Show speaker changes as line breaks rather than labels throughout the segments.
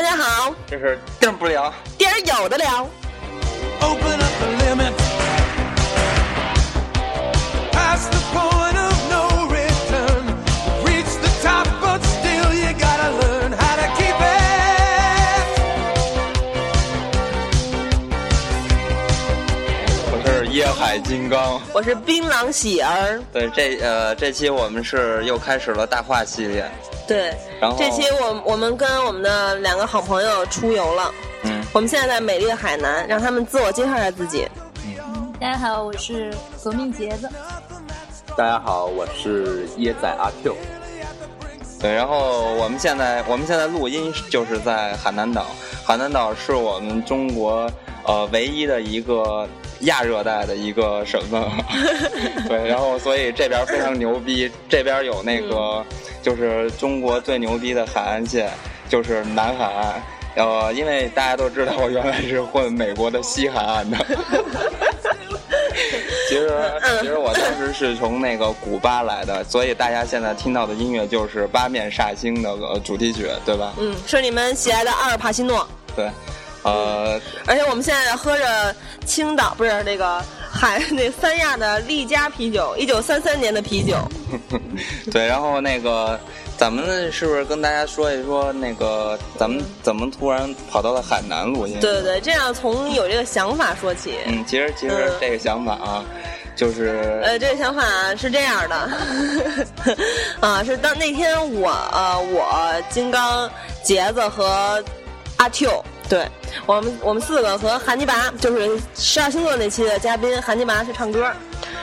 聊，
这是电不聊，
电影有的聊。
Open up the limit. Past the point of no return. Reach the top, but still you gotta learn how to keep it.
我是夜海金刚。
我是槟榔喜儿，
对，这呃这期我们是又开始了大话系列，
对
然后，
这期我我们跟我们的两个好朋友出游了，
嗯，
我们现在在美丽的海南，让他们自我介绍一下自己。
大家好，我是索命杰子。
大家好，我是椰仔阿 Q。
对，然后我们现在我们现在录音就是在海南岛，海南岛是我们中国呃唯一的一个亚热带的一个省份，对，然后所以这边非常牛逼，这边有那个就是中国最牛逼的海岸线，就是南海岸。呃，因为大家都知道我原来是混美国的西海岸的，其实，
嗯
其实我当时是从那个古巴来的，所以大家现在听到的音乐就是《八面煞星》的呃主题曲，对吧？
嗯，是你们喜爱的阿尔帕西诺，
对，呃，
而且我们现在喝着青岛不是那个海 那三亚的利佳啤酒，一九三三年的啤酒。
对，然后那个，咱们是不是跟大家说一说那个，咱们怎么突然跑到了海南录音？
对对对，这样从有这个想法说起。
嗯，其实其实
嗯
这个想法啊，就是
呃，这个想法是这样的， 啊，是当那天我呃我金刚、杰子和阿 Q，对我们我们四个和韩尼拔，就是十二星座那期的嘉宾韩尼拔去唱歌，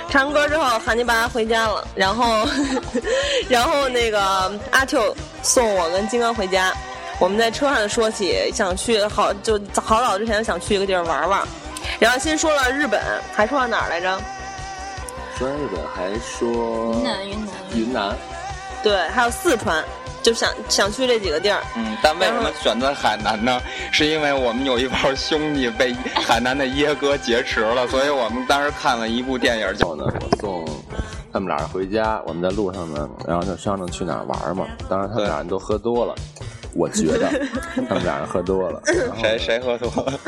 唱完歌之后韩尼拔回家了，然后 然后那个阿 Q 送我跟金刚回家。我们在车上说起想去好就好早之前想去一个地儿玩玩，然后先说了日本，还说到哪儿来着？
说日本还说
云南，云南，
云南，
对，还有四川，就想想去这几个地儿。
嗯，但为什
然
么
后
选择海南呢？是因为我们有一帮兄弟被海南的椰哥劫持了，所以我们当时看了一部电影
然
叫
后呢，我送他们俩人回家，我们在路上呢，然后就商量去哪儿玩嘛。当然，他们俩人都喝多了，我觉得他们俩人喝多了，
哦
然后
谁谁喝多了？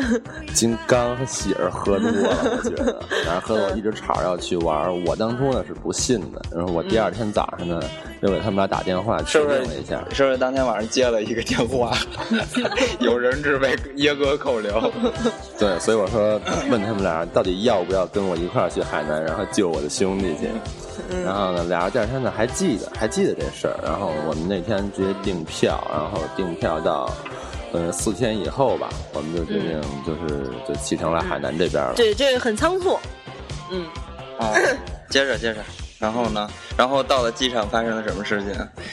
金刚和喜儿喝多了，我觉得，然后喝多了一直吵着要去玩儿。我当初呢是不信的，然后我第二天早上呢又给他们俩打电话确
是
认
不是
了一下，
是不是当天晚上接了一个电 话，有人质被椰哥扣留？
对，所以我说问他们俩到底要不要跟我一块儿去海南，然后救我的兄弟去。然后呢，俩人第二天呢还记得还记得这事儿，然后我们那天直接订票，然后订票到。呃，四天以后吧，我们就决定就是就启程来海南这边了。
对，这个很仓促。嗯，
啊，接着接着，然后呢？然后到了机场发生了什么事情？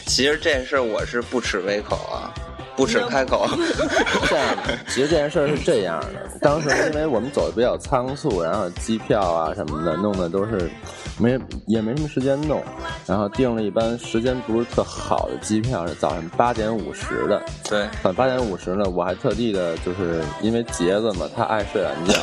其实这事儿我是不耻为口啊，不耻开口。
这样的，其实这件事儿是这样的，当时因为我们走的比较仓促，然后机票啊什么的弄的都是没也没什么时间弄，然后订了一班时间不是特好的机票，是早上八点五十的。
对，
晚八点五十呢，我还特地的，就是因为杰子嘛，他爱睡懒觉，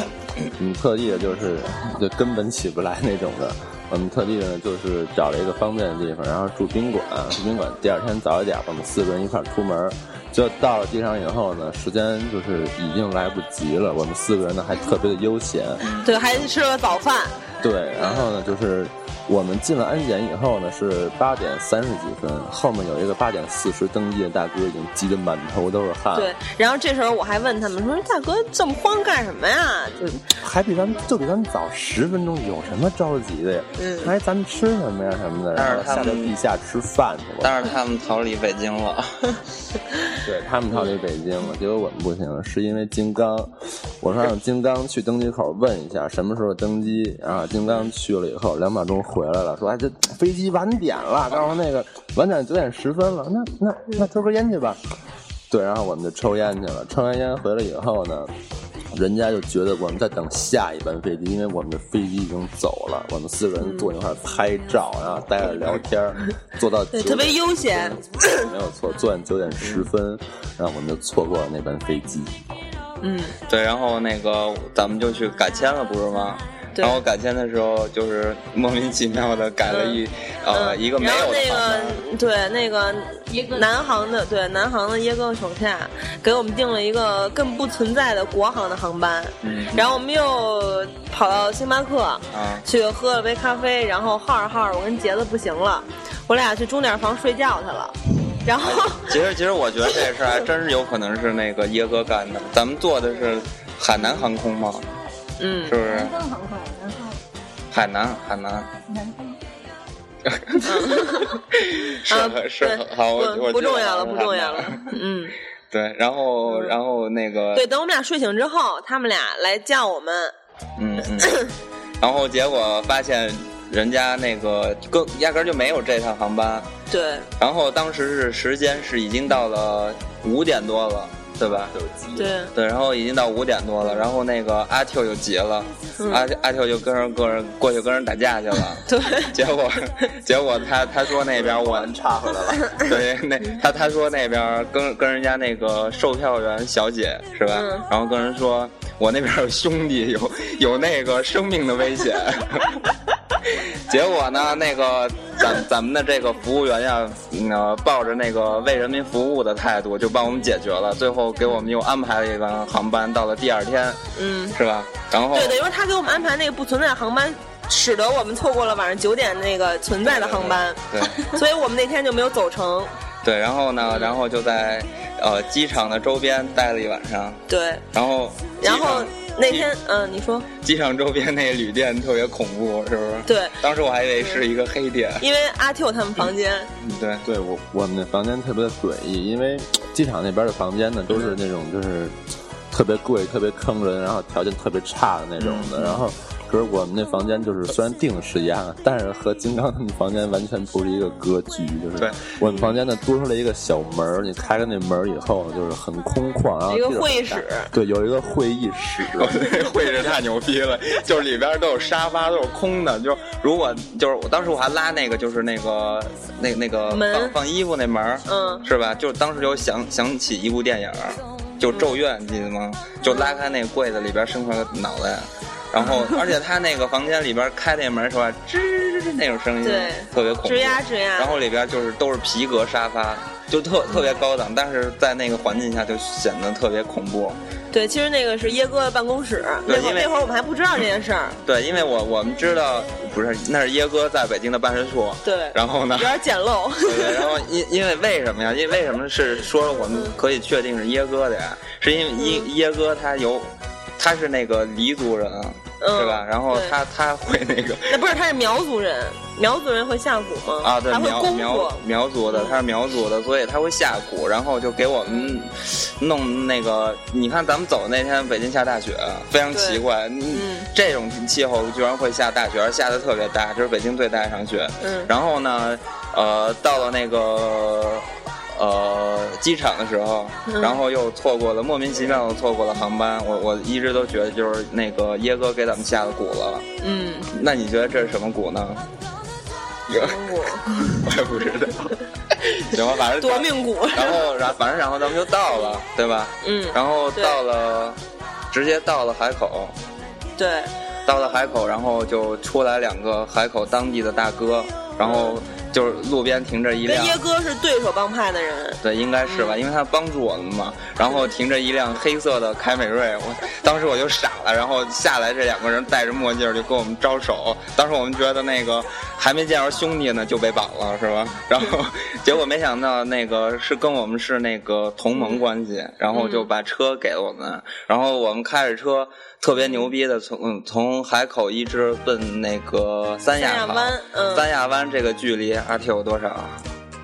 嗯，特地的就是就根本起不来那种的。我们特地的呢，就是找了一个方便的地方，然后住宾馆，住宾馆。第二天早一点，我们四个人一块儿出门，就到了机场以后呢，时间就是已经来不及了。我们四个人呢还特别的悠闲，
对，还吃了早饭。
对，然后呢，就是我们进了安检以后呢，是八点三十几分，后面有一个八点四十登机的大哥，已经急得满头都是
啊
汗。
对，然后这时候我还问他们说：“大哥这么慌干什么呀？”
嗯
就
还比咱们就比咱们早十分钟，有什么着急的呀？
嗯
哎，咱们吃什么呀什么的，
但是
然后
他
下
们
到地下吃饭去了。
但是他们逃离北京了。
对他们逃离北京了，结果我们不行，是因为金刚。我说让金刚去登机口问一下什么时候登机，然后金刚去了以后，两秒钟回来了，说哎这飞机晚点了，告诉那个晚点九点十分了，那那那抽根烟去吧。对，然后我们就抽烟去了。抽完烟回来以后呢，人家就觉得我们在等下一班飞机，因为我们的飞机已经走了。我们四个
嗯
人坐一块儿拍照，然后待着聊天儿，坐到
对
9
特别悠闲
点，没有错，坐到九点十分，然后我们就错过了那班飞机。
嗯，
对，然后那个咱们就去改签了，不是吗？
对
然后改签的时候就是莫名其妙的改了一呃
嗯
一个没
然后
有的
那
航班
个对那
椰
个
哥
南航的对南航的椰哥手下给我们订了一个更不存在的国航的航班，
嗯
然后我们又跑到星巴克
啊
去喝了杯咖啡，然后耗着耗着，我跟杰子不行了，我俩去钟点房睡觉去了，然后。
其实，其实我觉得这事儿还真是有可能是那个耶哥干的。咱们坐的是海南航空嘛，
嗯
是，不是
南？方航空，南方，
海南，海南，
啊
南 方，
是
啊
是
对
好，我
不
我
不
记得
重要
好
了，
像是
不重要了
海南。
嗯，
对，然后，然后那个，
对，等我们俩睡醒之后，他们俩来叫我们。
嗯嗯，然后结果发现人家那个根压根儿就没有这趟航班。
对
然后当时是时间是已经到了五点多了，对吧？
对，
对，然后已经到五点多了，然后那个阿 Q 就急了，阿阿 Q 就跟人跟人过去跟人打架去了。
对，
结果，结果他他说那边我
岔回来 了。
对那他他说那边跟跟人家那个售票员小姐是吧？
嗯
然后跟人说我那边有兄弟有有那个生命的危 险。结果呢，那个咱咱们的这个服务员呀，嗯呃，抱着那个为人民服务的态度，就帮我们解决了。最后给我们又安排了一个航班，到了第二天，
嗯，
是吧？然后
对，等于说他给我们安排那个不存在的航班，使得我们错过了晚上九点那个存在的航班，
对。对
所以我们那天就没有走成。
对，然后
嗯
呢，然后就在呃机场的周边待了一晚上，
对，
然后机
然
场
后那天，嗯，你说，
机机场周 边那旅店特别恐怖，是不是？
对
当时我还以为是一个黑店。
因为阿 Q 他们房间，
嗯对，
对我我们那房间特别的诡异，因为机场那边的房间呢都是那种就是特别贵、特别坑人，然后条件特别差的那种
嗯
的。然后可是我们那房间就是虽然定是一样，但是和金刚他们房间完全不是一个格局，就是
对
我们房间呢多出来一个小门儿，你开开那门儿以后就是很空旷，然后
一个
地儿很
会议
大
室，
对，有一个会议 室。
我那 会是太牛逼了，就是里边都有沙发，都是空的。就是如果就是我当时我还拉那个就是那个那那个
门
放放衣服那门儿
嗯
是吧？就当时就想想起一部电影儿，就《咒怨》，你记得吗？就拉开那柜子里边伸出来个脑袋，然后而且他那个房间里边开那门儿是吧，吱吱吱吱那种声音，
对
特别恐怖，
吱呀吱呀
然后里边就是都是皮革沙发。就特特别高档，但是在那个环境下就显得特别恐怖。
对，其实那个是椰哥的办公室，那
对
会儿
因为
那会儿我们还不知道这件事儿，
对，因为我我们知道不是那是椰哥在北京的办事处，
对
然后呢
有，点简 陋。
对对，然后因因为为什么呀？因为为什么是说我们可以确定是椰哥的呀？是因为椰椰哥他有，他是那个黎族人，
嗯
是吧？然后
对
他他会那个
那不是，他是苗族人，苗族人会下蛊吗？
啊，对
还嗯会嗯
苗
功
苗
夫。
苗族的，他是苗族的，所以他会下蛊，然后就给我们弄那个。你看咱们走那天，北京下大雪，啊非常奇怪，嗯
嗯
这种气候居然会下大雪，而且下的特别大，这是北京最大一场雪。
嗯
然后呢，呃，到了那个。呃，机场的时候，
嗯
然后又错过了，莫名其妙的错过了航班。我我一直都觉得就是那个椰哥给咱们下的蛊了。
嗯，
那你觉得这是什么蛊呢？
功夫，
我也不知道。 行吧，反正
夺命蛊。
然后，然反正然后咱们就到了，对吧？
嗯
然后
对
到了，直接到了海口，嗯
对，
到了海口，然后就出来两个海口当地的大哥，然后就是路边停着一
跟
辆。
椰哥是对手帮派的人。
对，应该是吧，因为他帮助我们嘛。然后停着一辆黑色的凯美瑞，我当时我就傻了。然后下来这两个人戴着墨镜儿就跟我们招手，当时我们觉得那个还没见着兄弟呢就被绑了，是吧？然 后结果没想到那个是跟我们是那个同盟关
嗯
系，然后就把车给了我们，然后我们开着车。特别牛逼的，从嗯从海口一直奔那个三
三
亚
亚
港
湾嗯
三亚湾这个距离，阿 T 有多少啊？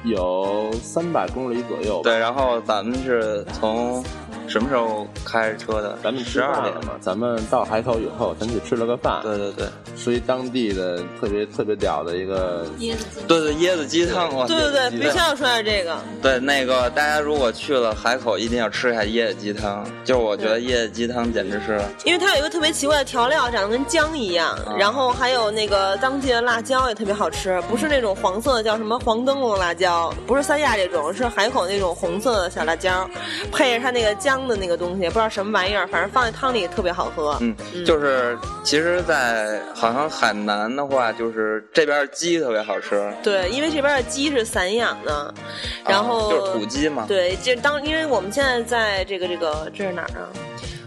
有三百公里左右吧。
对，然后咱们是从什么时候开着车的？
咱们吃
十二
饭
点
了。嘛，咱们到海口以后，咱去吃了个饭，
对对对，
吃一当地的特别特别屌的一个，
椰子鸡，
对对椰子鸡汤，哇
对对对，
鸡
必须要说点这个。
对那个大家如果去了海口，一定要吃一下椰子鸡汤。就是我觉得椰子鸡汤简直是，
因为它有一个特别奇怪的调料，长得跟姜一样，
啊
然后还有那个当地的辣椒也特别好吃，不是那种黄色的，叫什么黄灯笼辣椒，不是三亚这种，是海口那种红色的小辣椒，配着它那个姜汤的那个东西，不知道什么玩意儿，反正放在汤里特别好喝。
嗯，就是其实，在好像海南的话，就是这边儿鸡特别好吃，
对，因为这边的鸡是散养的，然后、
啊就是土鸡嘛。，
对，这当因为我们现在在这个这个这是哪儿啊？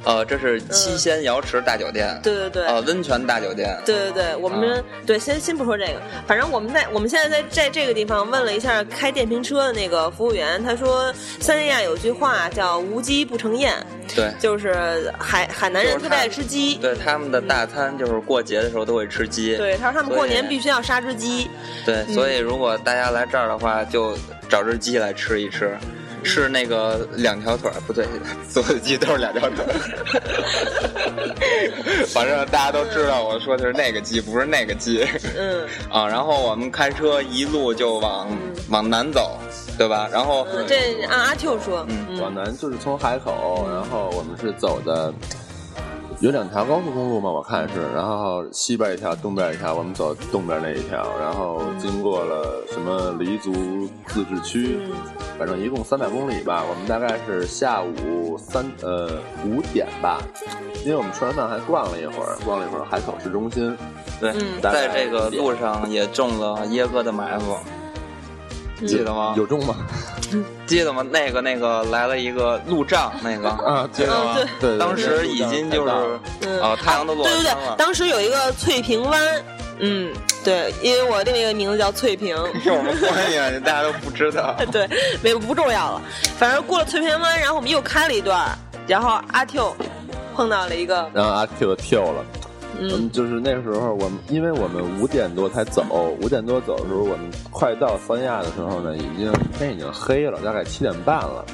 呃，这是七仙瑶池大酒店，
嗯对对对，
呃，温泉大酒店。
对对对，我们、
啊
对先先不说这个，反正我们在我们现在在在这个地方问了一下开电瓶车的那个服务员，他说三亚有句话叫“无鸡不成宴
对”，
就是海海南人特别爱吃鸡。
对，他们的大餐就是过节的时候都会吃鸡。
对，他说他们过年
所以
必须要杀只鸡。嗯
对，所以如果大家来这儿的话，就找只鸡来吃一吃，是那个两条腿儿，不对， 所有的鸡都是两条腿儿。 反正大家都知道，我说的是那个鸡，不是那个鸡。
嗯，
啊，然后我们开车一路就往往南走，对吧？然后
嗯这按阿 Q 说，嗯
往南就是从海口，
嗯
然后我们是走的有两条高速公路嘛，我看是，然后西边一条，东边一条，我们走东边那一条，然后
嗯
经过了什么黎族自治区，
嗯
反正一共三百公里吧，我们大概是下午三呃五点吧，因为我们吃完饭还逛了一会儿，逛了一会儿海口市中心，
对，
嗯
大
在
概
这个
5点
路上也中了耶哥的埋伏，
嗯
记得吗？
有中吗？
记得吗？那个那个来了一个路障，那个
啊，
记
对
得吗？
嗯对
对，
当时已经就是
嗯
啊，太阳都落
对对
山
对，
了。
当时有一个翠屏湾，嗯，对，因为我另一个名字叫翠屏，
有什么关系啊？ 大家都不知道。
对，没有不重要了。反正过了翠屏湾，然后我们又开了一段儿，然后阿 Q 碰到了一个，
然后阿 Q 跳了。嗯，就是那时候我们，因为我们五点多才走，五点多走的时候，我们快到三亚的时候呢，已经天已经黑了，大概七点半了。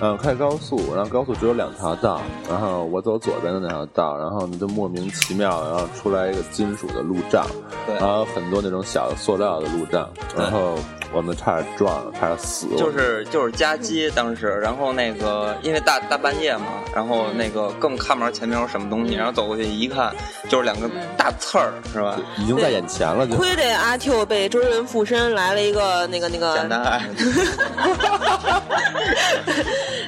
嗯，开高速，然后高速只有两条道，然后我走左边的那条道，然后呢就莫名其妙的，然后出来一个金属的路障，
对
然后很多那种小的塑料的路障，然后我们差点撞了，差点死。
就是就是夹击当时，然后那个因为大大半夜嘛，然后
嗯
那个更看不着前面有什么东西，然后走过去一看，就是两
嗯
个大刺儿，是吧？
已经在眼前了，就
亏得阿 Q 被周润附身来了一个那个那
简单
个，
爱，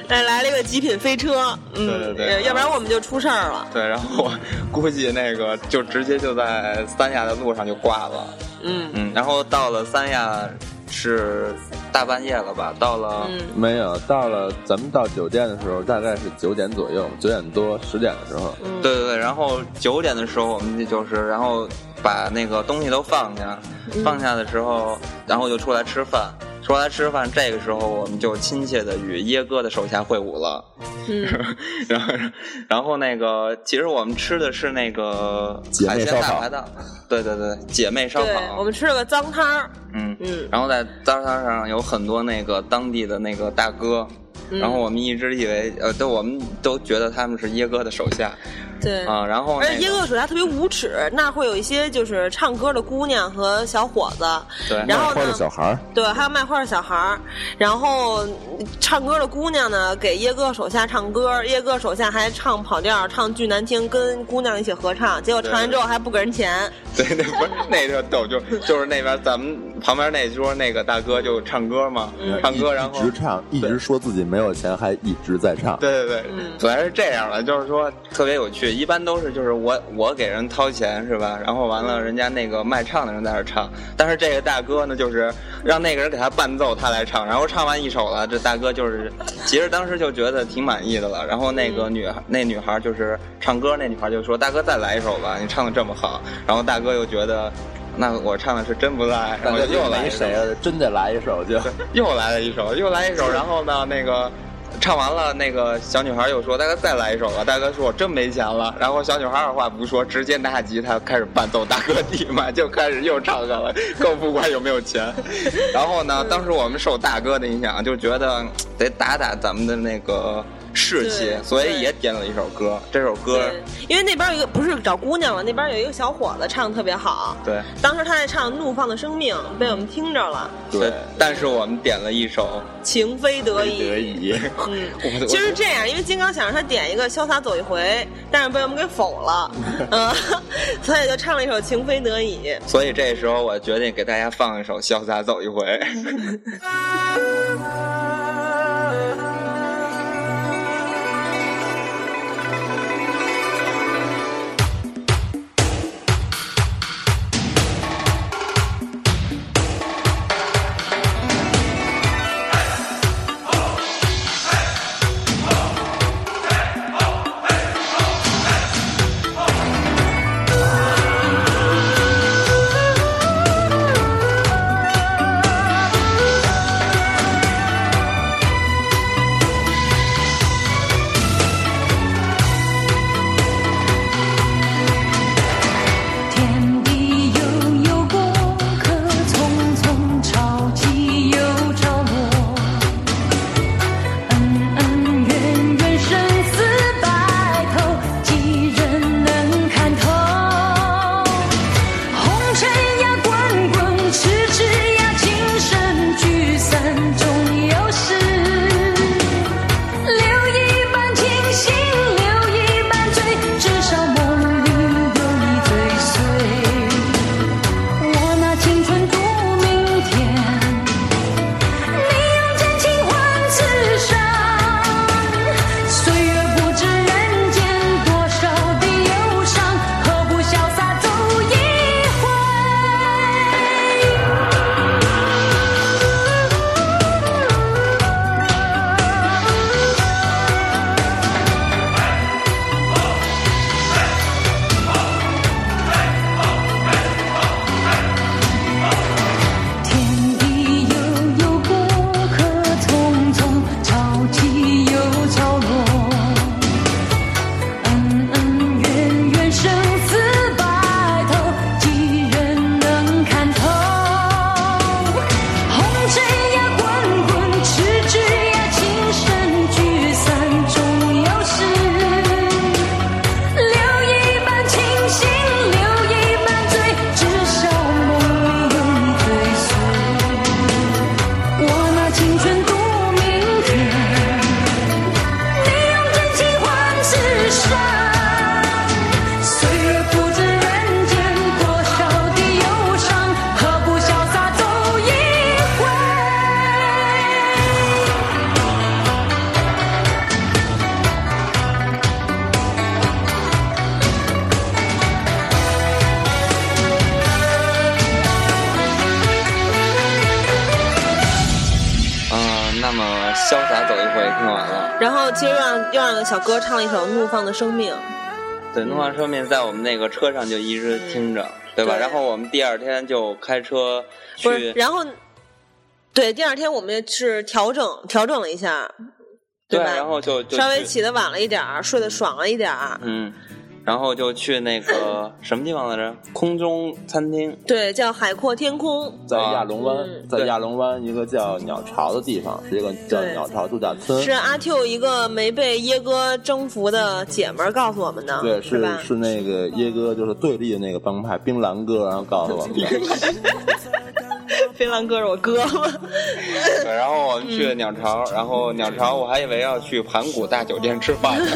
哎， 来了一个极品飞车，嗯，
对对对
呃要不然我们就出事儿了，
对，然后我估计那个就直接就在三亚的路上就挂了，
嗯
嗯，然后到了三亚是大半夜了吧？到了，
嗯
没有，到了咱们到酒店的时候，大概是九点左右，九点多十点的时候，
嗯，
对对对，然后九点的时候我们就是，然后把那个东西都放下，
嗯
放下的时候，然后就出来吃饭。出来吃饭，这个时候我们就亲切的与耶哥的手下会晤了。
嗯，
然后，然后那个，其实我们吃的是那个
姐
海
妹
鲜
烧
大
烤
排档，对对对，姐妹烧
对，
烤
我。们吃了个脏汤儿，
嗯
嗯
然后在刀摊上有很多那个当地的那个大哥，
嗯
然后我们一直以为呃，都我们都觉得他们是耶哥的手下
对。
啊、然后、
而
那
且
个、
耶哥手下特别无耻，那会有一些就是唱歌的姑娘和小伙子，
对，
然后
卖花
呢
的，小孩儿，
对，还有卖花的小孩儿，然后嗯唱歌的姑娘呢，给耶哥手下唱歌，耶哥手下还唱跑调，唱巨难听，跟姑娘一起合唱，结果唱完之后还不给人钱，
对，那不是那特逗，就就是那边咱们旁边那桌那个大哥就唱歌嘛，唱歌
嗯一
然后
一直唱，一直说自己没有钱，还一直在唱。
对对对，本来是这样的，就是说特别有趣。一般都是就是我我给人掏钱是吧？然后完了，人家那个卖唱的人在那儿唱，但是这个大哥呢，就是让那个人给他伴奏，他来唱，然后唱完一首了，这大哥就是其实当时就觉得挺满意的了。然后那个女、那女孩就是唱歌，那女孩就说：“大哥再来一首吧，你唱的这么好。”然后大哥又觉得。那我唱的是真不赖，然
感
后
觉
又来
没
一首
谁了，真得来一首就。
又来了一首，又来一首，然后呢，那个唱完了，那个小女孩又说：“大哥再来一首吧。”大哥说：“我真没钱了。”然后小女孩二话不说，直接拿下吉他开始伴奏大哥地嘛，就开始又唱上了， 更不管有没有钱。然后呢，当时我们受大哥的影响，就觉得嗯得打打咱们的那个士气
对，
所
对
以也点了一首歌，这首歌。
对，因为那边有一个不是找姑娘了，那边有一个小伙子唱的特别好，
对
当时他在唱《怒放的生命》，被我们听着了，
对，
但是我们点了一首
情非得
《得
已。
已》我，我
嗯，其实是这样，因为金刚想让他点一个《潇洒走一回》，但是被我们给否 了，嗯，所以就唱了一首《情非得已》。
所以这时候我决定给大家放一首《潇洒走一回》。
Thank
啊，潇洒走一回，听完了。
然后其实又让又让小哥唱了一首《怒放的生命》，
对，东方生命在我们那个车上就一直听着，对吧？
嗯对
然后我们第二天就开车
不
去，
是，然后对第二天我们是调整调整了一下，
对，
吧？
然后就就
稍微
去
起的晚了一点儿，睡得爽了一点儿，
嗯，然后就去那 个什么地方来着？空中餐厅。
对，叫海阔天空，
在亚龙湾，
嗯
在
对
亚龙湾一个叫鸟巢的地方，是一个叫
对
鸟巢度假村。
是啊阿 Q 一个没被耶哥征服的姐们儿告诉我们的，
对，
是
是
吧？
是那个耶哥，就是对立的那个帮派槟榔哥，然后告诉我 们的，
槟榔哥是我哥吗？ 嗯
对，然后我们去鸟巢，然后鸟巢我还以为要去盘古大酒店吃饭 呢。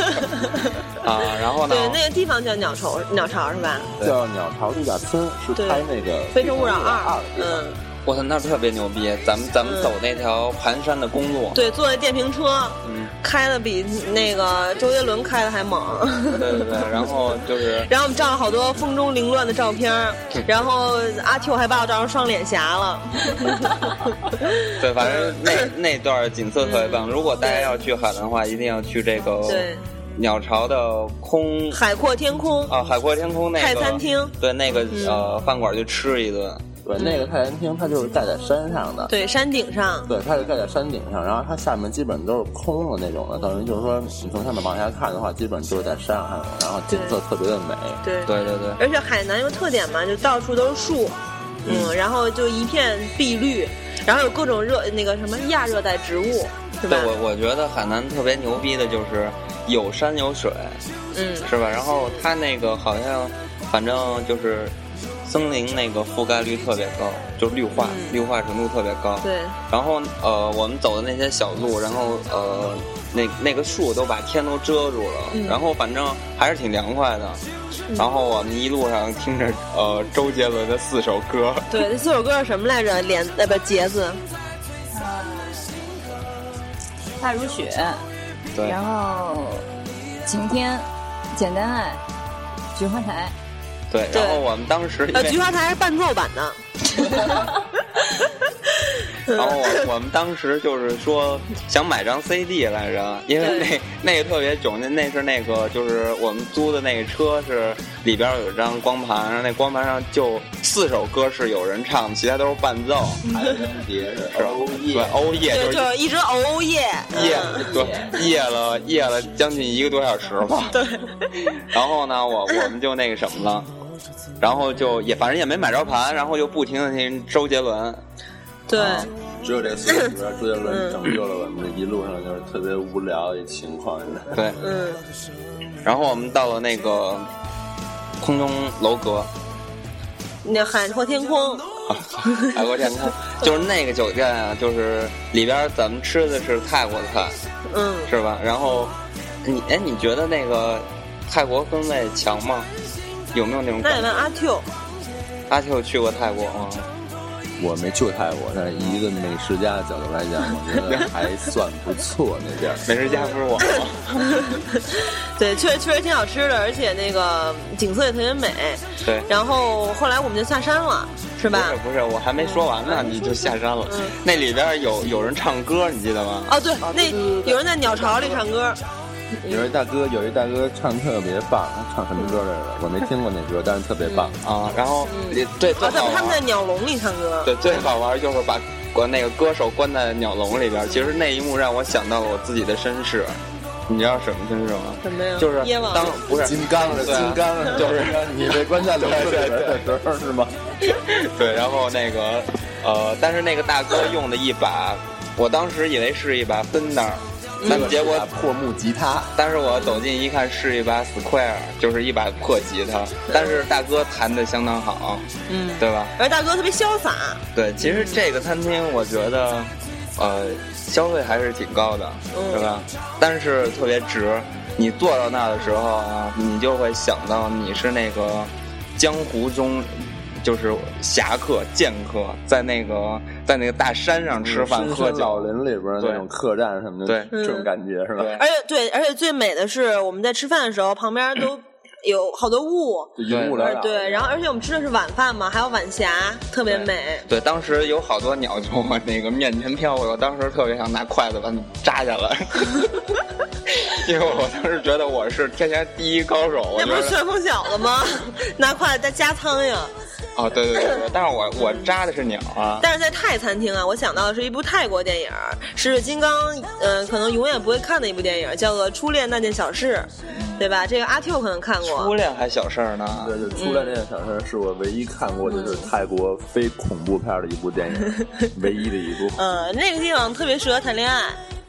啊，然后呢？
对，那个地方叫鸟巢，鸟巢是吧？
叫鸟巢度假村，是
对
拍那个《
《非诚勿扰二
二》，》
嗯，
我操，那特别牛逼！咱们咱们
嗯
走那条盘山的公路，
对，坐的电瓶车，
嗯，
开的比那个周杰伦开的还 猛。
对对对，然后就是
然后我们照了好多风中凌乱的照片儿，然后阿 Q 还把我照成双脸侠 了。
对，反正 那那段景色特别棒。如果大家要去海南的话，一定要去这个
对，
鸟巢的空
海阔天空，
啊海阔天空那个
泰餐厅，嗯
对那个呃饭馆去吃一顿。
对，那个太原厅它就是盖在山上的，
对，山顶上，
对，它是盖在山顶上，然后它下面基本都是空的那种的，等于就是说你从上面往下看的话，基本就是在山上，然后景色特别的美。
对。
对对对，
而且海南有特点嘛，就到处都是树，嗯，然后就一片碧绿，然后有各种热那个什么亚热带植物，是吧
对？我我觉得海南特别牛逼的就是有山有水，
嗯，
是吧？然后它那个好像，反正就是森林那个覆盖率特别高，就是绿化、
嗯
绿化程度特别高。
对，
然后呃，我们走的那些小路，然后呃，那那个树都把天都遮住了，
嗯
然后反正还是挺凉快的。然后我们一路上听着呃周杰伦的四首歌，
对，那四首歌是什么来着？莲呃不节子，
怕如雪，
对，
然后晴天，简单爱，菊花台，
对，
对
然后我们当时因
呃
为
菊花台是伴奏版 的，
然后我我们当时就是说想买张 CD 来着，因为那那个特别囧，那那是那个就是我们租的那个车是里边有一张光盘，然后那光盘上就四首歌是有人唱的，其他都是伴奏，哎
海南节是
是吧？对，欧耶
对，
就
就是是一直哦耶，
夜
嗯
对夜了夜了将近一个多小时吧。对，然后呢，我我们就那个什么了。然后就也反正也没买着盘，然后就不停的听周杰伦，
对，
只有这四首歌，周杰伦拯救了我们这一路上就是特别无聊的情况。
对，
嗯，
然后我们到了那个空中楼 阁，
那海阔天空，
海国天空，就是那个酒店啊，就是里边咱们吃的是泰国菜，
嗯，
是吧？然后你哎，你觉得那个泰国氛围强吗？有没有那种
那
感
你
觉
问？阿 Q，
阿 Q 去过泰国吗？
我没去过泰国，但是以一个美食家的角度来讲，我觉得还算不错那地儿。
美食家不是我 吗？
对，确实确实挺好吃的，而且那个景色也特别美。
对，
然后后来我们就下山了，是吧？嗯
不是不是，我还没说完呢，你就下山了。那里边有有人唱歌，你记得吗？
哦，对，那有人在鸟巢里唱歌，
有一大哥，有一大哥唱特别棒，他唱什么歌来着？我没听过那歌，但是特别棒。
啊，然后也对，最
哦，对
好，啊
他们
玩
在鸟笼里唱歌。
对，最好玩就是把关那个歌手关在鸟笼里边。其实那一幕让我想到了我自己的身世，你知道什么身世吗？
什么呀？
就是
椰王
当不是
金刚的，
对啊
金刚的，
就是
你被关在笼子里边的时候是 吗？
对，然后那个呃，但是那个大哥用的一把，我当时以为是一把芬达，但结果。
破木吉他，
但是我走近一看，是一把 Square，就是一把破吉他。但是大哥弹的相当好，
嗯，
对吧？
而大哥特别潇洒，
对，其实这个餐厅我觉得，呃，消费还是挺高的，
嗯
是吧？但是特别值。你坐到那的时候啊，你就会想到你是那个江湖中，就是侠客、剑客，在那个在那个大山上
嗯
吃饭
深
喝
山老
酒。
林里边的那
对
种客栈什么的，
对
这种感觉是吧？
对
而且对，而且最美的是我们在吃饭的时候，旁边都有好多雾，
就云雾缭绕。
啊对，然后而且我们吃的是晚饭嘛，还有晚霞，特别美。
对，当时有好多鸟从我那个面前飘过来，我当时特别想拿筷子把它们扎下 来，因为我当时觉得我是天下第一高手。我
那
觉
不
得
是旋风小子吗？ 拿筷子再夹苍蝇。
哦，对对对对，但是我我扎的是鸟啊。
但是在泰餐厅啊，我想到的是一部泰国电影儿，是金刚嗯、呃可能永远不会看的一部电影，叫做《初恋那件小事》，对吧？这个阿 Q 可能看
嗯初
过。
恋还小事儿呢，
对，就初恋这件小事儿是我唯一看过就是
嗯
泰国非恐怖片儿的一部 电影，唯一的一部，
嗯、那个地方特别适合谈恋爱，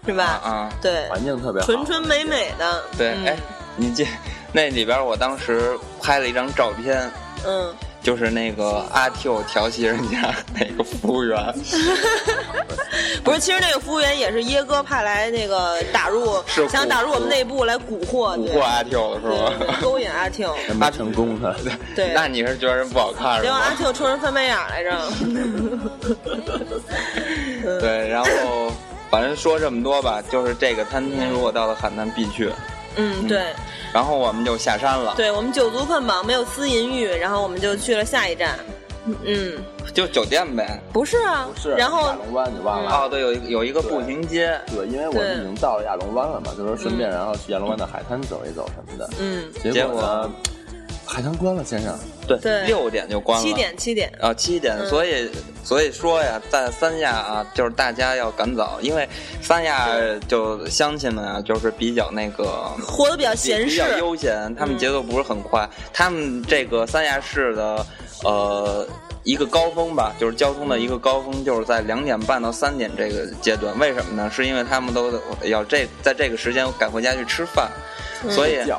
是吧？
啊啊
对，
环境特别好，
纯纯美美的。
对，
嗯
哎，你记那里边我当时拍了一张照片，
嗯，
就是那个阿 Q 调戏人家那个服务员，
不是，其实那个服务员也是耶哥派来那个打入
是蛊，
想打入我们内部来蛊惑，
蛊
对
惑阿 Q 的是
对对
吧
对？勾引阿 Q。
还没成功的。
对
那你是觉得人不好看是
结果阿
吗？
Q 抽人翻白眼儿 来着。
对，然后反正说这么多吧，就是这个餐厅如果到了海南必去，
嗯，对。
然后我们就下山了，
对我们酒足饭饱，没有私淫欲，然后我们就去了下一站。嗯，
就酒店呗。
不是啊，
不是，
然后
亚龙湾你忘了？
哦，对，有一个有一个步行街，
对，因为我们已经到了亚龙湾了嘛，就说顺便然后去亚龙湾的海滩走一走什么的。
嗯，
结果呢，海滩关了，先生。
对，
对
六点就关了，
七点七点，
啊，七点，
嗯
所以所以说呀，在三亚啊，就是大家要赶早，因为三亚就乡亲们啊，就是比较那个
活得比较
比
闲
比
适嗯
较。悠闲，他们节奏不是很快，他们这个三亚市的呃。一个高峰吧，就是交通的一个高峰，就是在两点半到三点这个阶段。为什么呢？是因为他们都要这在这个时间赶回家去吃饭，
嗯
所以
觉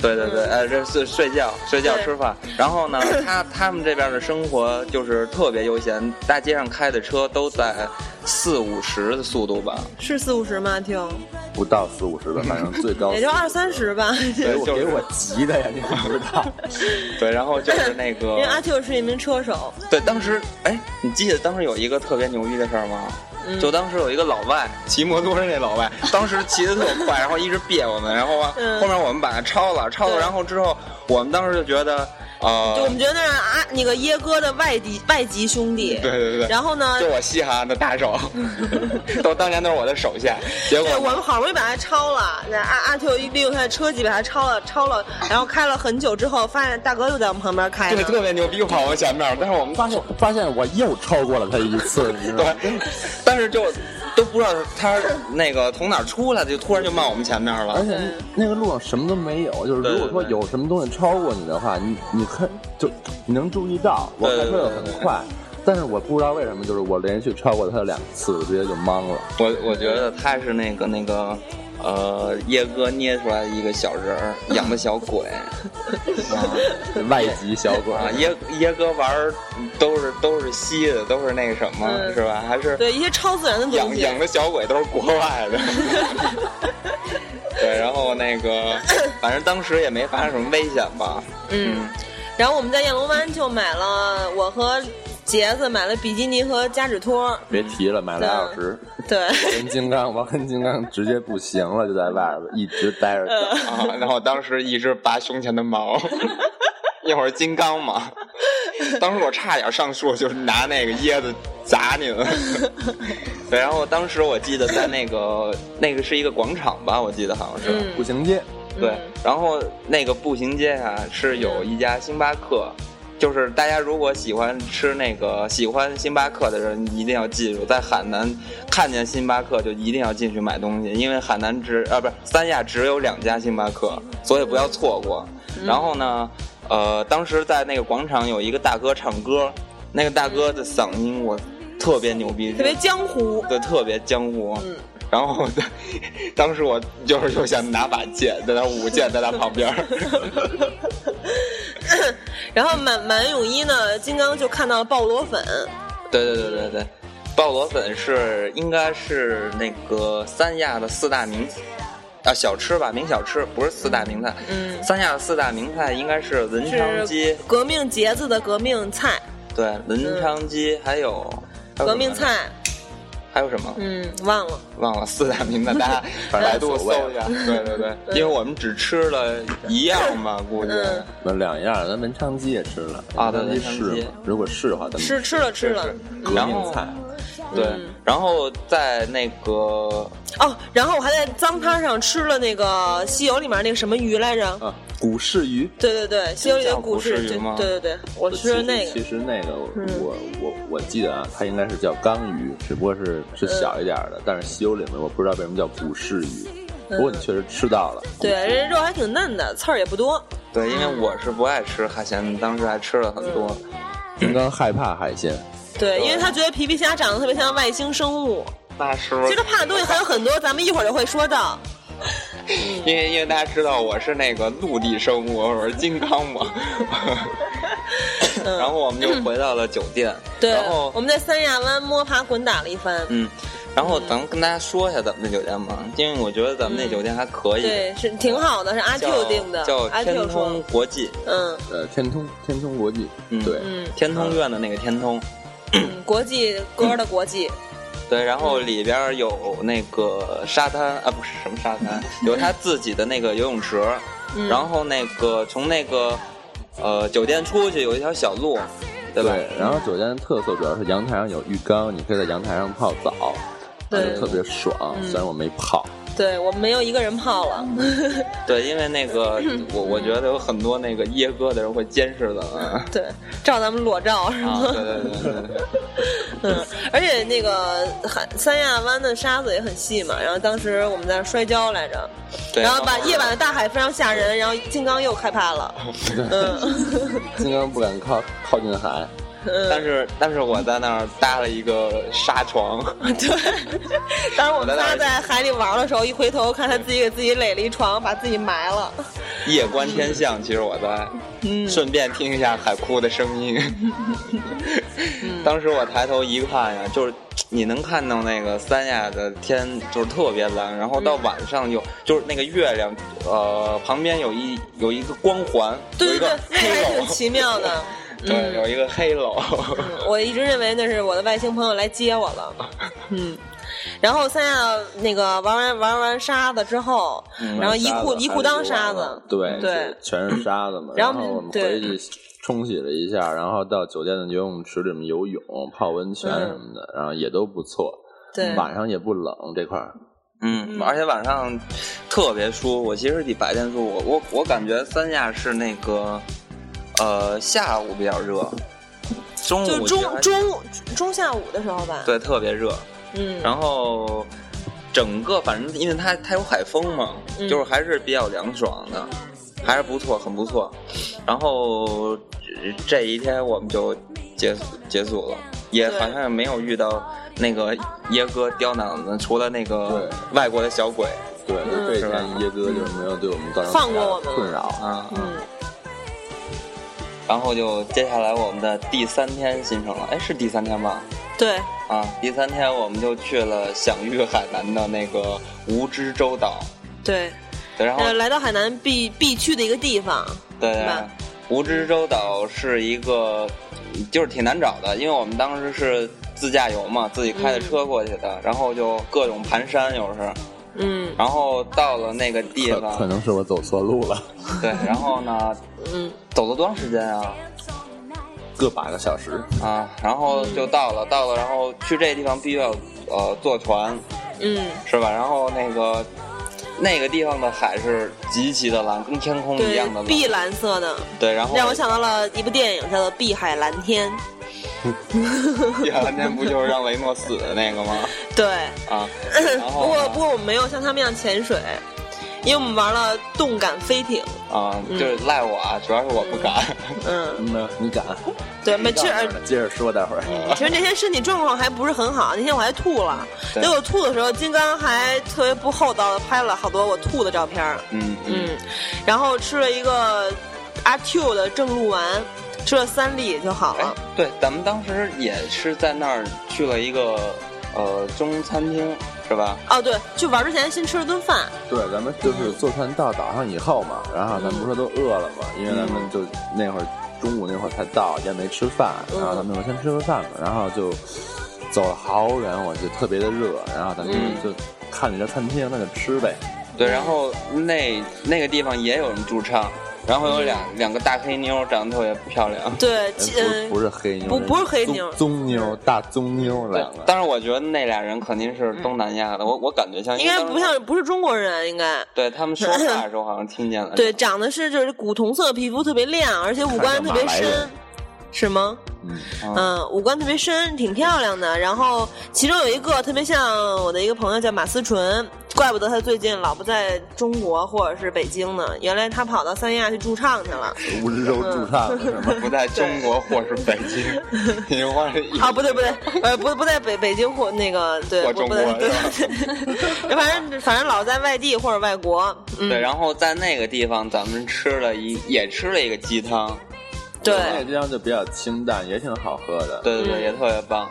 对对对，呃，这是睡觉、睡觉、
对
吃饭。然后 呢，他他们这边的生活就是特别悠闲，大街上开的车都在四五十的速度吧。
是四五十吗？听，
不到四五十吧，反正最高
也就
哦
二三十吧。
给
对，
我
就
给
是
我急的呀，你不知道。
对，然后就是那个
因为，阿 Q 是一名车手，
对，当时哎，你记得当时有一个特别牛逼的事儿吗？
嗯
就当时有一个老外骑摩托车那 老外，当时骑的特快，然后一直别我们，然后啊
嗯
后面我们把他超了，超了，
对
然后之后我们当时就觉得，呃
就我，们觉得那是阿那个耶哥的外敌外籍兄弟。
对对对，
然后呢
就，我西韩的大 手，都当年都是我的手下。结果
对我们好不容易把他超了，那阿阿 Q 一利用他的车技把他超了，超了，然后开了很久之后，发现大哥又在我们旁边开
对
呢。
特别牛逼，跑我前面，但是我们
发现发现我又超过了他一次，你知道吗？
嗯
对，但是就都不知道他那个从哪儿出来的，就突然就冒我们前面
而
嗯
了。
且那个路上什么都没有，就是如果说有什么东西超过你的话，你你看就你能注意到，我开车又很快，但是我不知道为什么，就是我连续超过他两次，我直接就懵了。
我我觉得他是那个那个。呃，叶哥捏出来的一个小人儿，养的小 鬼
外籍小鬼，
啊，叶叶哥玩儿都是都是西的，都是那个什么，
嗯
是吧？还是
对一些超自然的东
养
西。
养的小鬼都是国外 的。对，然后那个，反正当时也没发生什么危险吧。
嗯，然后我们在亚龙湾就买了，我和杰子买了比基尼和夹趾拖，
别提了，买俩小时。
对，
跟金刚，我跟金刚直接不行了，就在外边一直待着。
啊，然后当时一直拔胸前的毛， 一会儿金刚嘛，当时我差点上树，就是拿那个椰子砸你们。对，然后当时我记得在那个那个是一个广场吧，我记得好像是。
步行街，
嗯
对，然后那个步行街啊是有一家星巴克，就是大家如果喜欢吃那个喜欢星巴克的人，一定要记住，在海南看见星巴克就一定要进去买东西，因为海南只啊不是三亚只有两家星巴克，所以不要错过。
嗯
然后呢，呃，当时在那个广场有一个大哥唱歌，那个大哥的嗓音我特别牛逼，
特别江湖。
对，特别江湖。
嗯
然后当时我就是就想拿把剑，在他舞剑在他旁边儿。
然后买买完泳衣呢，金刚就看到了鲍罗粉，
对对对对对，鲍罗粉是应该是那个三亚的四大名啊小吃吧，名小吃不是四大名菜。
嗯
三亚的四大名菜应该是文昌鸡
是，革命杰子的革命菜，
对，文昌鸡还有还有
革命
什么来着
菜，
还有什么？
嗯，忘了。
忘了四大名菜，大 家百度搜一下。对对对，因为我们只吃了一样嘛，估计。
嗯
那两样儿，咱文昌鸡也吃了
啊
咱
对
们
文昌
是
鸡
吗如果是的话，咱们
吃吃了吃了嗯
是
革
然
命
后
菜，
对，然后在那个
哦，然后我还在脏摊上吃了那个西游里面那个什么鱼来着？
啊，古市鱼。
对对对，西游里的
叫
古
古
市
市鱼
就
吗
对对对，我
其
吃的
实
那
其
个。
实那个我我我记得啊，它应该是叫缸鱼，只不过是
嗯
是小一点儿的，但是西游里面我不知道为什么叫古市鱼。不过你确实吃到了，
嗯对，人家肉还挺嫩的，刺儿也不多。
对，因为我是不爱吃海鲜，当时还吃了很多。
嗯
金刚害怕海鲜，
对，因为他觉得皮皮虾长得特别像外星生物。
那时候
其实他怕的东西还有很多，咱们一会儿就会说到。
因为因为大家知道我是那个陆地生物，我是金刚 嘛。然后我们就回到了酒店，
嗯对
然，后
我们在三亚湾摸爬滚打了一番。
嗯，然后咱们跟大家说一下咱们那酒店吧，因为我觉得咱们那酒店还可以，
嗯对，是挺好的，是阿
叫
Q 定的。
叫
阿
天
Q
通
说，
国际，
嗯
呃，天通天通国际，
嗯
对，
嗯
天通苑的那个天通。
嗯，国际歌的国际，
对，然后里边儿有那个沙滩啊，不是什么沙滩，有他自己的那个游泳池，
嗯
然后那个从那个呃酒店出去有一条小路，对吧？
然后酒店的特色主要是阳台上有浴缸，你可以在阳台上泡澡，
对嗯
特别爽。虽然我没泡，
对我们没有一个人泡了。
对，因为那个我我觉得有很多那个耶哥的人会监视咱们。
对，照咱们裸照是
啊，
吗？
对对对对对，
嗯，而且那个海三亚湾的沙子也很细嘛，然后当时我们在那儿摔跤来着，
对哦
然后把夜晚的大海非常吓人，然后金刚又害怕了，嗯
金刚不敢靠靠近海，
但
嗯，
是但是我在那儿搭了一个沙床，
对，嗯当时我们仨在海里玩的时候，一回头看他自己给自己垒了一床，把自己埋了，
夜观天象。其实我在，顺便听一下海哭的声音。当时我抬头一看呀，就是你能看到那个三亚的天就是特别蓝，然后到晚上有、就是那个月亮，呃，旁边有一有一个光环，
对对对，那
有一
个
个黑
还挺
楼，
奇妙 的。嗯
对，有一个黑嗯楼。
我一直认为那是我的外星朋友来接我 了，嗯。然后三亚那个玩完玩完沙子之后，
嗯
然后一裤一裤裆沙子，
对
对，
全是沙子嘛。
然后
后我们
对
回去冲洗了一下，然后到酒店的游泳池里面游泳、泡温泉什么的，然后也都不错。
嗯对
晚上也不冷这块儿。
嗯，而且晚上特别舒服，其实比白天舒服。我我感觉三亚是那个，呃，下午比较热，中午
就是
其实还
中中中下午的时候吧。，
对特别热，
嗯，
然后整个反正因为它它有海风嘛，
嗯
就是还是比较凉爽的，还是不错，很不错。然后这这一天我们就结束结束了，也
对
好像也没有遇到那个耶哥刁难我们，除了那个
对
外国的小鬼
对，就这一
是吧
天耶哥就没有对我们造
嗯
成
放过我们
太大的困扰。
啊。
嗯，
然后就接下来我们的第三天行程了，哎，是第三天吧？
对，
啊，第三天我们就去了享誉海南的那个蜈支洲岛，
对，
对，然后
呃，来到海南必必去的一个地方，
对
是吧，
蜈支洲岛是一个，就是挺难找的，因为我们当时是自驾游嘛，自己开的车过去的，然后就各种盘山，有时候，
嗯
然后到了那个地
可可
方，
能是我走错路了，
对，然后呢，
嗯，
走了多长时间啊？
个把个小时。
啊，然后就到了，到了，然后去这地方必须要呃坐船，
嗯，
是吧？然后那个那个地方的海是极其的蓝，跟天空一
对
样的，蓝。
碧蓝色的，
对，然后
让我想到了一部电影，叫做《碧海蓝天》。
碧海蓝天不就是让雷诺死的那个吗？
对，
啊，然
不
后
过不过我们没有像他们一样潜水，因为我们玩了动感飞艇。
啊，就是赖我啊，主要是我不敢。
嗯，
嗯，你敢？
对，呃没其实嗯
接着说，待会儿。
其实那天身体状况还不是很好，那天我还吐了。
对
结果吐的时候，金刚还特别不厚道的拍了好多我吐的照片儿。
嗯嗯，
嗯，然后吃了一个阿 Q 的正露丸，吃了三粒就好
哎
了。，
对，咱们当时也是在那儿去了一个呃中餐厅，是吧？
哎
哦，对，去玩之前先吃了顿饭。
对，咱们就是坐船到岛上以后嘛，然后咱们不是都饿了嘛，因为咱
嗯
们就
嗯
那会儿中午那会儿才到，也没吃饭，然后咱们就先吃个饭嘛，然后就走了好远，我就特别的热，然后咱们
嗯
就看了一家餐厅，那就吃呗。
对，然后那那个地方也有人驻唱，然后有两
嗯
两个大黑妞长得特别漂 亮。
对，
哎
嗯
不，不是黑妞，
不不是黑
棕
妞
棕妞，大棕妞两个。
但是我觉得那俩人肯定是东南亚的，我我感觉像
嗯应该
因为当
不
时
像不是中国人，应该
对他们说话的时候好像听见了。
哎
对，长得是就是古铜色皮肤特别亮，而且五官
看着
特别
马来人
深，是吗？
嗯，
嗯，五官特别深，挺漂亮的。然后其中有一个特别像我的一个朋友叫马思纯，怪不得他最近老不在中国或者是北京呢，原来他跑到三亚去驻唱去了。
无知州
嗯
驻唱的是吗？
不在中国或是北京， 你话是一
啊，不对不对，呃，不不在北北京或那个对，
或
不不
中
在
国
对对对，反正反正老在外地或者外国，嗯，
对，然后在那个地方咱们吃了一也吃了一个鸡汤，
对
那个地方就比较清淡，也挺好喝的。
对对对，
嗯
也特别棒。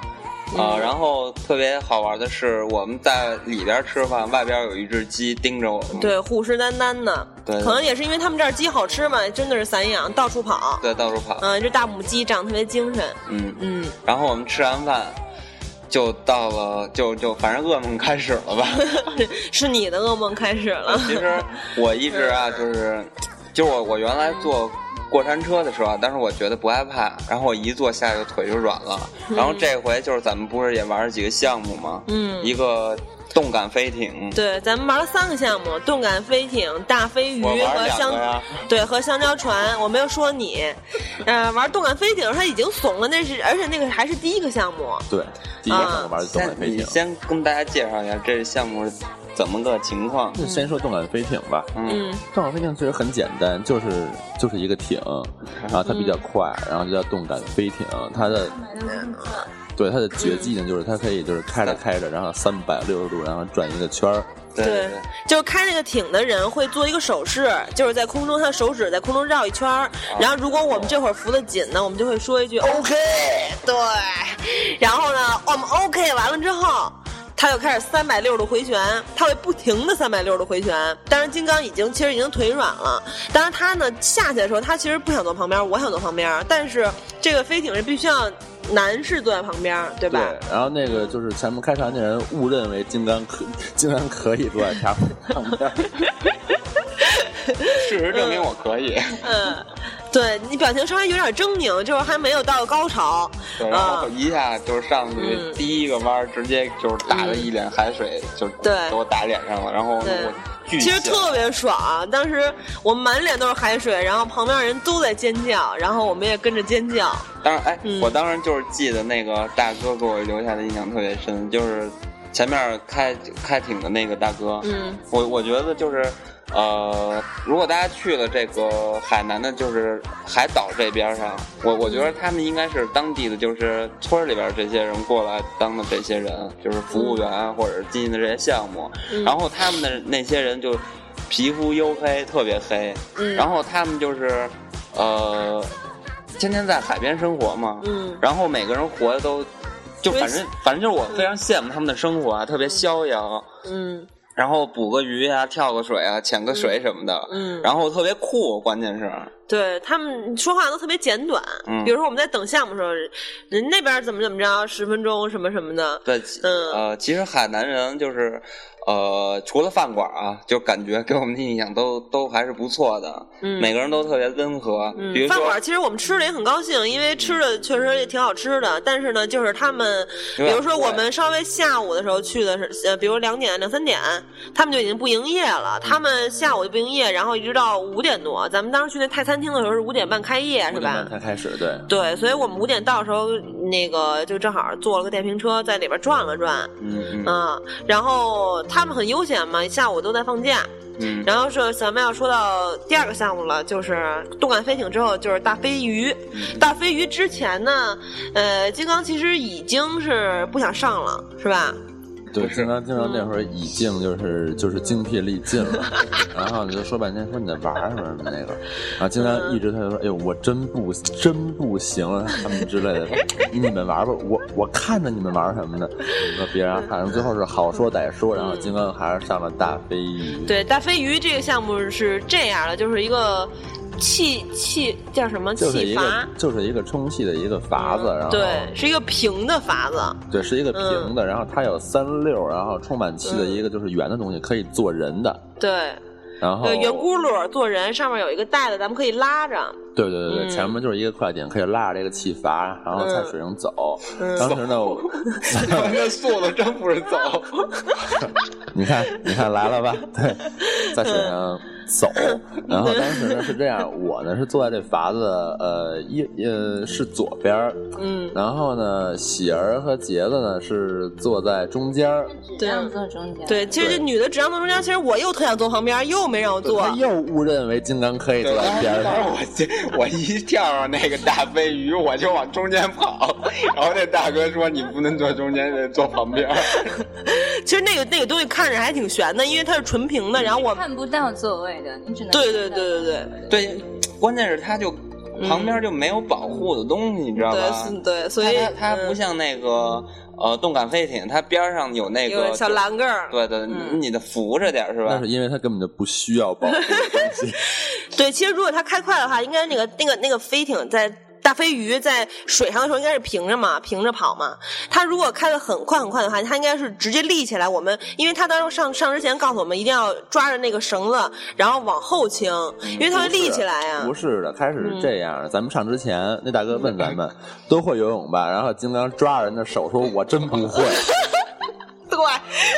啊、然后特别好玩的是，我们在里边吃饭，外边有一只鸡盯着我们，
对，虎视眈眈的，
对对
可能也是因为他们这儿鸡好吃嘛，真的是散养，到处跑。
在到处跑，
嗯、这大母鸡长得特别精神，
嗯，
嗯，
然后我们吃完饭，就到了，就就反正噩梦开始了吧。
是你的噩梦开始了。
其实我一直啊，就是，就是我我原来坐过山车的时候啊，当时我觉得不害怕，然后我一坐下就腿就软了。然后这回就是咱们不是也玩了几个项目吗？
嗯
一个动感飞艇，
对，咱们玩了三个项目：动感飞艇、大飞鱼
我玩
和
两
香
个呀，
对和香蕉船。我没有说你，呃，玩动感飞艇他已经怂了，那是而且那个还是第一个项目。
对，第
啊
一个想玩的动
先
感飞
嗯
你
艇。
先跟大家介绍一下这项目是怎么个情况。
就先说动感飞艇吧。
嗯，
嗯，
动感飞艇其实很简单，就是就是一个艇，然后它比较
嗯
快，然后就叫动感飞艇。它的对它的绝技呢，就是它可以就是开着开着，然后三百六十度，然后转一个圈儿。
对对对。
就是开那个艇的人会做一个手势，就是在空中，他手指在空中绕一圈
啊
儿。然后如果我们这会儿扶的紧呢，我们就会说一句 OK，对。然后呢，我们 OK 完了之后。他又开始三百六十度回旋，他会不停的三百六十度回旋。当然，金刚已经其实已经腿软了。当然，他呢下去的时候，他其实不想坐旁边，我想坐旁边。但是这个飞艇是必须要男士坐在旁边，对吧？
对，然后那个就是前面开船的人误认为金刚可金刚可以坐在他旁 边儿。
事实证明我可以，
嗯，对你表情稍微有点狰狞，就是还没有到高潮。
对，然后
嗯，
一下就是上去
嗯
第一个弯儿，直接就是打的一脸海水，就
对
给我打脸上了，然后
对
我巨
其实
兴
特别爽。当时我满脸都是海水，然后旁边人都在尖叫，然后我们也跟着尖叫。
当然，哎，
嗯
我当时就是记得那个大哥给我留下的印象特别深，就是前面开开艇的那个大哥。
嗯，
我我觉得就是，呃，如果大家去了这个海南的，就是海岛这边上，我我觉
嗯
得他们应该是当地的，就是村里边这些人过来当的这些人，就是服务员
嗯
啊或者是进行的这些项目，然后他们的那些人就皮肤黝黑，特别黑，
嗯
然后他们就是，呃。天天在海边生活嘛，
嗯
然后每个人活的都，就反正反正就是我非常羡慕他们的生活啊，特别逍遥，
嗯
然后捕个鱼啊，跳个水啊，潜个水什么的，
嗯
然后特别酷，关键是，
对他们说话都特别简短。
嗯
比如说我们在等项目的时候，人那边怎么怎么着，十分钟什么什么的。
对，
嗯
呃，其实海南人就是，呃，除了饭馆啊，就感觉给我们的印象都都还是不错的，
嗯
每个人都特别温和，
嗯
比如，
饭
说
馆其实我们吃的也很高兴，因为吃的确实也挺好吃的。但是呢，就是他们，比
有点
如说我
贵
们稍微下午的时候去的是，呃，比如两点两三点，他们就已经不营业了。
嗯
他们下午就不营业，然后一直到五点多。咱们当时去那泰餐厅的时候是五点半开业，是吧？
才 开始，对，
对，所以我们五点到的时候，那个就正好坐了个电瓶车，在里边转了转，
嗯嗯
嗯，然后他们很悠闲嘛，下午都在放假，
嗯，
然后是咱们要说到第二个项目了，就是动感飞艇之后就是大飞鱼。
嗯
大飞鱼之前呢，呃，金刚其实已经是不想上了，是吧？
对，金刚经常那会儿已经就是就是精疲力尽 了，然后你就说半天说你在玩什么什么那个，然后金刚一直他就说，哎呦我真不真不行了什么之类的，说你们玩吧，我我看着你们玩什么呢，说别人反正最后是好说歹说，然后金刚还是上了大飞鱼，
对，大飞鱼这个项目是这样的，就是一个气气叫什么
就是一
气阀
个？就是一个充气的一个阀子，然后
对，嗯是一个平的阀子。
对是一个平的，然后它有三溜，然后充满
嗯
气的一个就是圆的东西，可以坐人的，
对，
然后
对，圆轱辘坐人，上面有一个带子，咱们可以拉着。
对对对对，
嗯
前面就是一个快点，可以拉着这个气阀，然后在水上走。
嗯
当时呢，我
咱们速度真不是走，
你看，你看 来了吧？对，在水上
嗯
走。然后当时呢是这样，我呢是坐在这筏子，呃，一呃是左边儿，
嗯，
然后呢喜儿和杰子呢是坐在中间儿，
对
这样坐中间，，
对，其实这女的只让坐中间，其实我又特想坐旁边，又没让我坐
他。又误认为金刚可以坐
对，
在边儿
当时
上。
我 就我一跳上那个大飞鱼，我就往中间跑，然后那大哥说你不能坐中间，得坐旁边。
其实那个那个东西看着还挺悬的，因为它是纯平的，然后我。
看不到座位的，你只能
对对
看到
对对对
对，关键是他就旁边就没有保护的东西，你知道
嗯对
吧
是？对，所以
它它它不
嗯
像那个呃动感飞艇，它边上有那
有
个
小嗯栏杆儿。
对对，你你得扶着点儿是
那
吧
是？因为他根本就不需要保护的东西。
对，其实如果它开快的话，应该那个那个那个飞艇在大飞鱼在水上的时候应该是平着嘛，平着跑嘛。它如果开的很快很快的话，它应该是直接立起来。我们因为它当时上上之前告诉我们，一定要抓着那个绳子，然后往后倾，因为它会立起来呀、啊嗯
不是的，开始是这样。咱们上之前，那大哥问咱们都会游泳吧？然后金刚抓着人的手说：“我真不会。
对，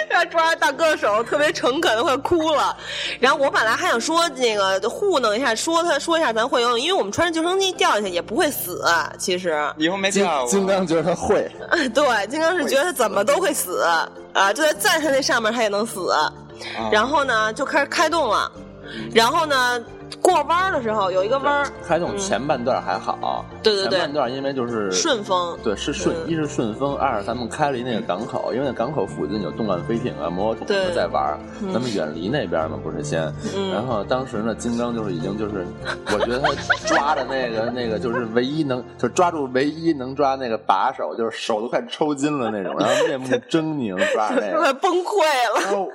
然后抓着大哥的手，特别诚恳的快哭了。然后我本来还想说那个糊弄一下，说他说一下咱会游泳，因为我们穿着救生衣掉下去也不会死、其实，
以后没
金
掉
金
过。
刚觉得他会，
对，金刚是觉得他怎么都会死啊，就在在他那上面他也能死。
啊
然后呢，就开始开动了。然后呢，过弯儿的时候有一个弯儿，
开动前半段还好，
嗯对对对
前半段因为就是
顺。风，
对，是顺，
嗯
一是顺风，二是咱们开离那个港口，因为那港口附近有动感飞艇啊、摩托艇
对嗯
什么在玩儿，咱们远离那边嘛，不是先。然后当时呢，金刚就是已经就是，我觉得他抓着那个那个就是唯一能，就抓住唯一能抓那个把手，就是手都快抽筋了那种，然后面目狰狞抓着那
快
个，
崩溃了。
然后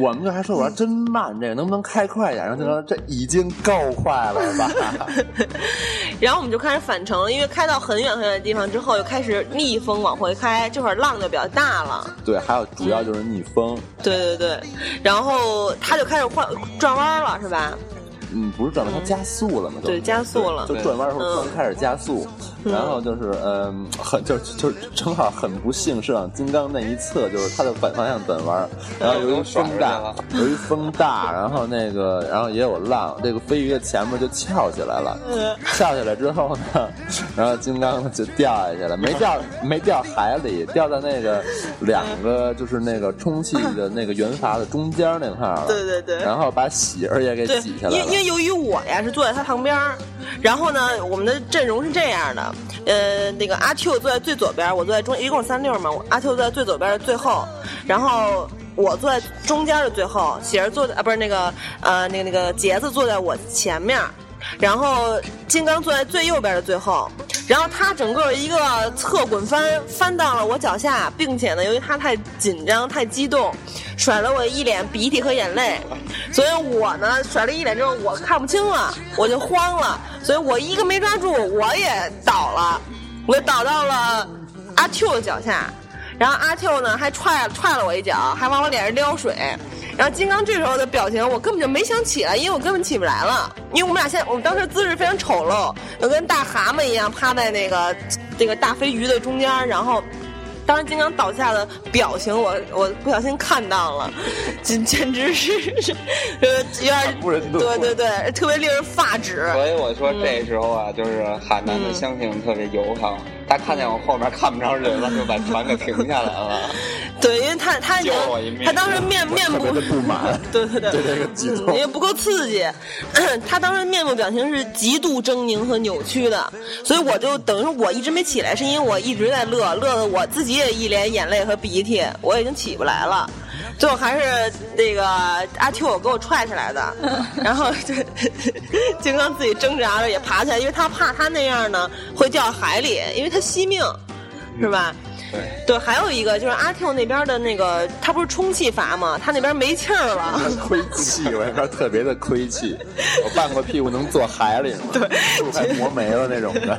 我们就还说我说真慢，这个能不能开快点？然后金刚说这已经够快了吧？
然后我们就开始返程了，因为开到很远很远的地方之后，又开始逆风往回开，这会儿浪就比较大了。
对，还有主要就是逆风，
对对对，然后他就开始换转弯了，是吧？
嗯，不是转弯，它加速了嘛？
对嗯
就
加速了
就转弯的时候突然开始加速，然后就是嗯，很就就就正好很不幸是往金刚那一侧，就是它的反方向转弯，然后由于风大，由于风大，然后那个然后也有浪，这个飞鱼的前面就翘起来了，
嗯
翘起来之后呢，然后金刚呢就掉下去了，没掉没掉海里，掉到那个两个就是那个充气的那个圆阀的中间那块儿了，
对对对
然后把喜儿也给
对，
挤下
因
来
为
了
因。为由于我呀是坐在他旁边儿，然后呢，我们的阵容是这样的，呃，那个阿 Q 坐在最左边儿，我坐在中，一共三六嘛，我阿 Q 坐在最左边儿的最后，然后。我坐在中间儿的最后，喜儿坐在啊，不是那个呃，那个那个杰子坐在我前面儿，然后金刚坐在最右边的最后，然后他整个一个侧滚翻翻到了我脚下，并且呢，由于他太紧张太激动，甩了我一脸鼻涕和眼泪，所以我呢甩了一脸之后我看不清了，我就慌了，所以我一个没抓住，我也倒了，我倒到了阿 Q 的脚下。然后阿 Q 呢还踹踹了我一脚，还往我脸上撩水。然后金刚这时候的表情，我根本就没想起来，因为我根本起不来了，因为我们俩现在我们当时姿势非常丑陋，就跟大蛤蟆一样趴在那个这个大飞鱼的中间，然后。当时金刚倒下的表情我，我不小心看到了，简简直是，呃，有点
不忍睹
对对对，特别令人发指。
所以我
嗯
说这时候啊，就是海南的乡亲们特别友好，他看见我后面看不着人了，就把船给停下来了。
对，因为他他已经
救我一命
他当时面面
特
部
别的不满，
对对对，
对这个举动
嗯也不够刺激。 他当时面部表情是极度狰狞和扭曲的，所以我就等于说我一直没起来，是因为我一直在乐，乐的我自己也一脸眼泪和鼻涕，我已经起不来了。最后还是那个阿秋给我踹起来的，然后这金刚自己挣扎着也
嗯
爬起来，因为他怕他那样呢会掉海里，因为他惜命，是吧？
对，
对，还有一个就是阿 Q 那边的那个，他不是充气阀吗？他那边没气儿了。
亏气，我那边特别的亏 气，我半个屁股能坐海里吗？对，快磨没了那种的。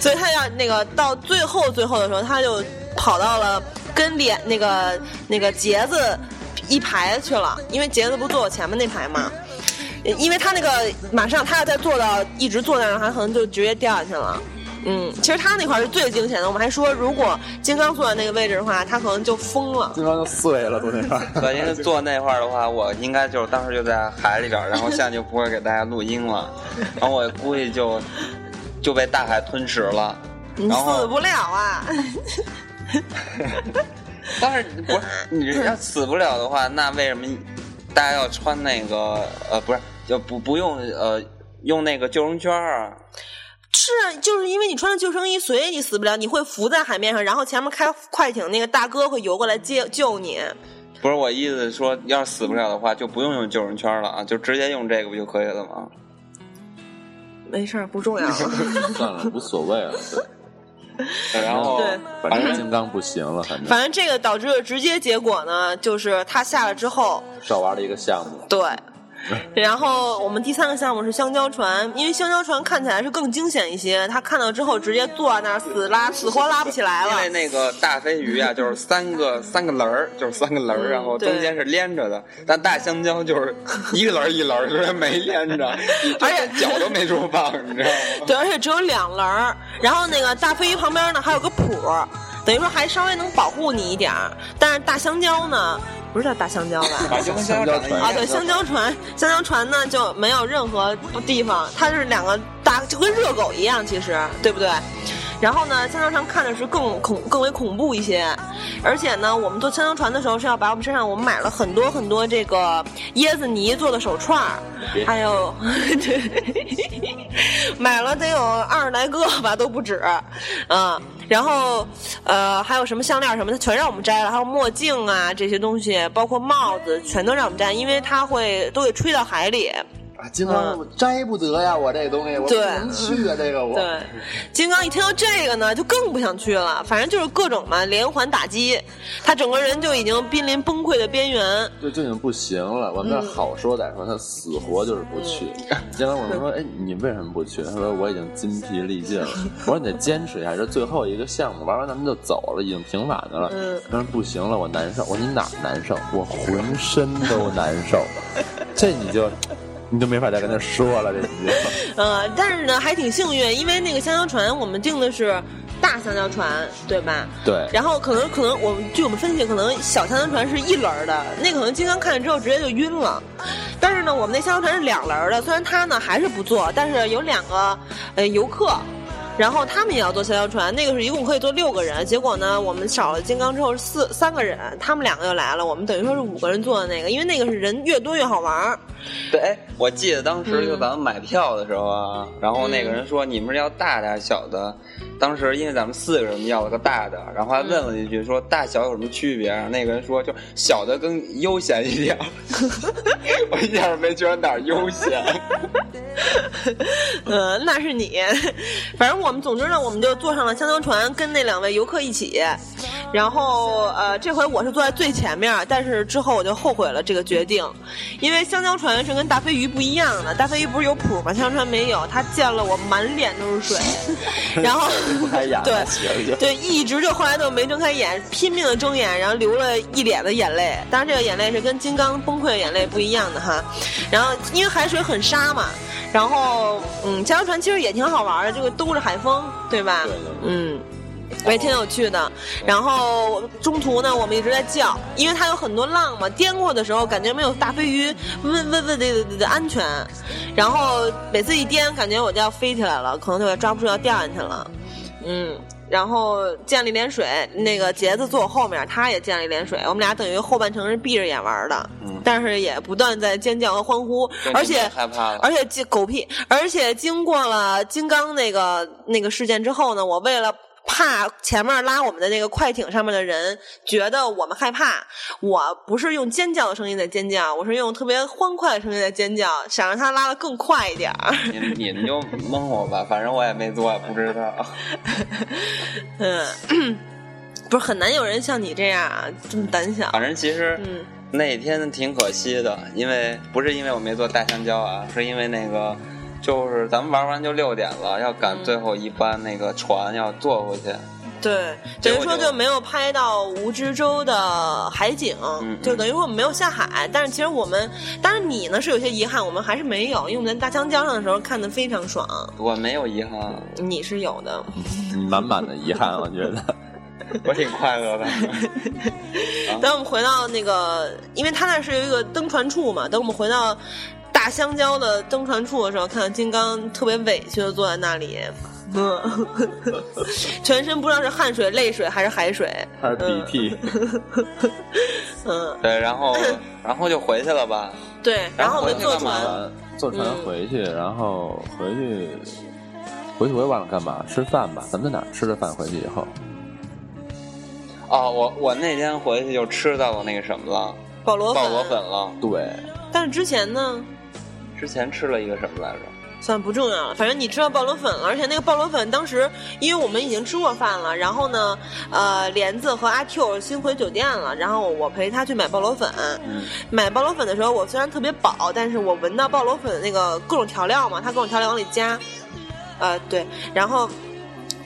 所以他要那个到最后最后的时候，他就跑到了跟脸那个那个杰子一排去了，因为杰子不坐我前面那排嘛。因为他那个马上他要再坐到一直坐那儿，他可能就直接掉下去了。嗯，其实他那块儿是最惊险的。我们还说，如果金刚坐在那个位置的话，他可能就疯了。
金刚就碎了，坐那边 儿。
对，因为坐那块儿的话，我应该就是当时就在海里边儿，然后下去不会给大家录音 了，然后我估计就就被大海吞噬了。
你
然
死
后
不了啊！
但是不是你要死不了的话，那为什么大家要穿那个呃不是就不不用呃用那个救生圈儿啊？
是啊，就是因为你穿着救生衣，所以你死不了，你会浮在海面上，然后前面开快艇那个大哥会游过来接救你。
不是我意思说，要是死不了的话，就不用用救生圈儿了啊，就直接用这个不就可以了吗？
没事儿，不重要。
算了，无所谓了。对
然后
对
反正金刚不行了，反正
反正这个导致的直接结果呢，就是他下了之后，
少玩了一个项目。
对。然后我们第三个项目是香蕉船，因为香蕉船看起来是更惊险一些，他看到之后直接坐在那儿死拉死活拉不起来
因为
了。
那个大飞鱼啊，就是三个三个轮儿，就是三个轮儿，
嗯
然后
对
中间是连着的，但大香蕉就是 一个轮儿一轮儿，就是没连着，你
而且
这脚都没处放，你知道吗？
对，而且只有两轮儿，然后那个大飞鱼旁边呢还有个谱儿，等于说还稍微能保护你一点儿。但是大香蕉呢，不是叫大香蕉吧？
把香蕉长得一样
啊，对，香蕉船，香蕉船呢就没有任何地方，它是两个大，就跟热狗一样，其实对不对？然后呢，香蕉船看着是更恐更为恐怖一些，而且呢，我们坐香蕉船的时候是要把我们身上我们买了很多很多这个椰子泥做的手串儿，还有 对，买了得有二十来个吧，都不止，嗯，然后呃还有什么项链什么的全让我们摘了，还有墨镜啊这些东西，包括帽子全都让我们摘，因为它会都给吹到海里，
啊，金刚摘不得呀，我这东西我不
嗯对
能去啊，这个我。
对，金刚一听到这个呢，就更不想去了。反正就是各种嘛，连环打击，他整个人就已经濒临崩溃的边缘。
就就已经不行了。我们那好说歹说，他死活就是不去。今天我们说，哎，你为什么不去？他说我已经筋疲力尽了。我说你得坚持一下，这最后一个项目玩完咱们就走了，已经挺晚的了。
嗯
他说不行了，我难受。我说你哪儿难受？我浑身都难受。这你就你就没法再跟他说了，这你就。
呃，但是呢，还挺幸运，因为那个香蕉船我们订的是大香蕉船，对吧？
对
然后可能可能我们据我们分析，可能小香蕉船是一轮儿的，那可能金刚看见之后直接就晕了。但是呢，我们那香蕉船是两轮儿的，虽然他呢还是不坐，但是有两个呃游客。然后他们也要坐香蕉船，那个是一共可以坐六个人，结果呢，我们少了金刚之后是四三个人，他们两个又来了，我们等于说是五个人坐的那个，因为那个是人越多越好玩儿。
对，哎，我记得当
嗯
时就咱们买票的时候啊，然后那个人说你们是要大的还是小的？当时因为咱们四个人要了个大的，然后还问了一
嗯
句说大小有什么区别？啊那个人说就小的更悠闲一点儿。 我一点儿没觉得哪儿悠闲。
呃，那是你。反正我们，总之呢，我们就坐上了香蕉船，跟那两位游客一起。然后，呃，这回我是坐在最前面，但是之后我就后悔了这个决定，因为香蕉船是跟大飞鱼不一样的。大飞鱼不是有谱吗？香蕉船没有，他见了我满脸都是水， 然后
不开眼了
对
其实就
对，一直就后来就没睁开眼，拼命的睁眼，然后流了一脸的眼泪。当然，这个眼泪是跟金刚崩溃的眼泪不一样的哈。然后，因为海水很沙嘛，然后嗯，加油船其实也挺好玩的，就会兜着海风，对吧？
对对对
嗯。也挺有趣的，然后中途呢，我们一直在叫，因为它有很多浪嘛，颠过的时候感觉没有大飞鱼问问问的的安全，然后每次一颠，感觉我就要飞起来了，可能就要抓不住要掉下去了，嗯，然后溅了一脸水，那个杰子坐我后面，他也溅了一脸水，我们俩等于后半程是闭着眼玩的，
嗯
但是也不断在尖叫和欢呼
对，
而且
你们害怕了
而且经狗屁，而且经过了金刚那个那个事件之后呢，我为了。怕前面拉我们的那个快艇上面的人觉得我们害怕，我不是用尖叫的声音在尖叫，我是用特别欢快的声音在尖叫，想让他拉的更快一点儿。
你们你们就 蒙我吧，反正我也没做，也不知道。
嗯，不是很难有人像你这样啊这么胆小。
反正其实
嗯
那天挺可惜的，因为不是因为我没坐大香蕉啊，是因为那个就是咱们玩完就六点了，要赶
嗯
最后一班那个船要坐回去。
对，
结
等
果
于说
就
就没有拍到蜈支洲的海景，
嗯
就等于说我们没有下海。但是其实我们，当然你呢是有些遗憾，我们还是没有，因为我们在大香江上的时候看的非常爽，
我没有遗憾，
你是有的。
啊
满满的遗憾，我觉得。
我挺快乐 的。
等我们回到那个，因为它那是有一个登船处嘛，等我们回到。大香蕉的登船处的时候，看到金刚特别委屈的坐在那里，嗯， 全身不知道是汗水、泪水还是海水，
他是鼻涕，
嗯，
对，然后然后就回去了吧。
对，
然
然
后
后我
回
们
去
坐
干嘛
船，
了
坐船回去，
嗯
然后回去，回去我也忘了干嘛，吃饭吧。咱们在哪儿吃的饭？回去以后，
哦，我我那天回去就吃到我那个什么了，
保罗
鲍螺粉了。
对，
但是之前呢，
之前吃了一个什么来着？
算不重要了，反正你知道鲍螺粉了，而且那个鲍螺粉当时因为我们已经吃过饭了，然后呢，呃，莲子和阿 Q 新回酒店了，然后我陪他去买鲍螺粉。
嗯，
买鲍螺粉的时候，我虽然特别饱，但是我闻到鲍螺粉的那个各种调料嘛，它各种调料往里加，呃，对，然后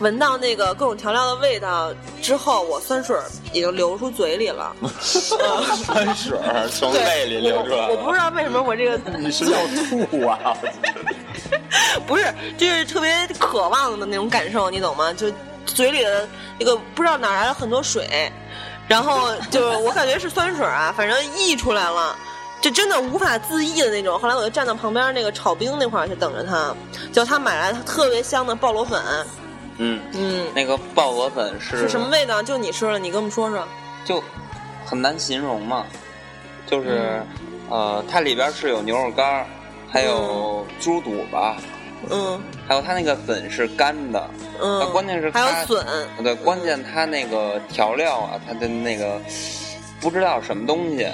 闻到那个各种调料的味道之后，我酸水儿已经流出嘴里了。
酸水儿从
对
胃里流出来
我我不知
道
道为什么我这个
你是要吐 啊？
不是，就是特别渴望的那种感受，你懂吗？就嘴里的那个不知道哪儿来了很多水，然后就是我感觉是酸水啊，反正溢出来了。就真的无法自抑的那种。后来我就站到旁边那个炒冰那块儿去等着他，就他买来特别香的鲍螺粉，
嗯，
嗯，
那个鲍螺粉是
是什么？味道？就你吃了，你跟我们说说。
就很难形容嘛，就是、
嗯
呃，它里边是有牛肉干儿，还有猪肚吧，
嗯
还有它那个粉是干的，
嗯
那，啊关键是
还
它
有笋，
对，关键它那个调料啊，它的那个不知道什么东西，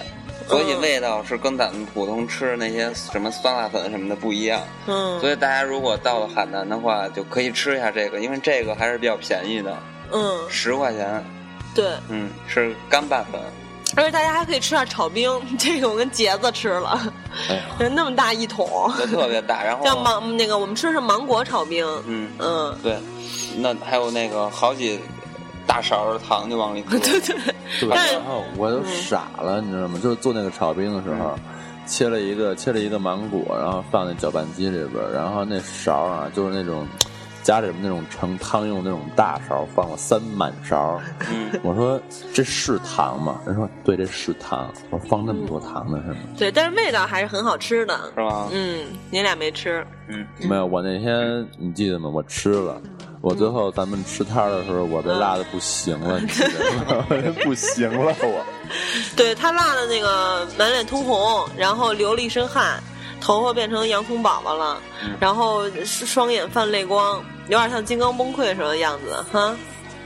所以
嗯
味道是跟咱们普通吃的那些什么酸辣粉什么的不一样。
嗯，
所以大家如果到了海南的话，就可以吃一下这个，因为这个还是比较便宜的，
嗯，
十块钱，
对，
嗯，是干拌粉。
而且大家还可以吃点炒冰， 这个我跟杰子吃了，
哎呀，
就那么大一桶，
就特别大，然后
叫芒那个我们吃的是芒果炒冰，
嗯，
嗯，
对，那还有那个好几大勺的糖就往里搁，
嗯对对，
对，
但是
然后我都傻了，你知
嗯
道吗？就是做那个炒冰的时候，切了一个切了一个芒果，然后放在搅拌机里边儿，然后那勺啊，就是那种家里面那种盛汤用那种大勺，放了三满勺。
嗯，
我说这是糖吗？人说对，这是糖。我说放那么多糖呢是吗？
对，但是味道还是很好吃的
是，吗？
嗯，你俩没吃，
嗯，
没有，我那天你记得吗？我吃了。
嗯
我最后咱们吃摊儿的时候，我被辣的不行了，你记得吗？
嗯
不行了，我。
对他辣的那个满脸通红，然后流了一身汗，头发变成洋葱宝宝了，然后双眼泛泪光，有点像金刚崩溃时候的样子，哈。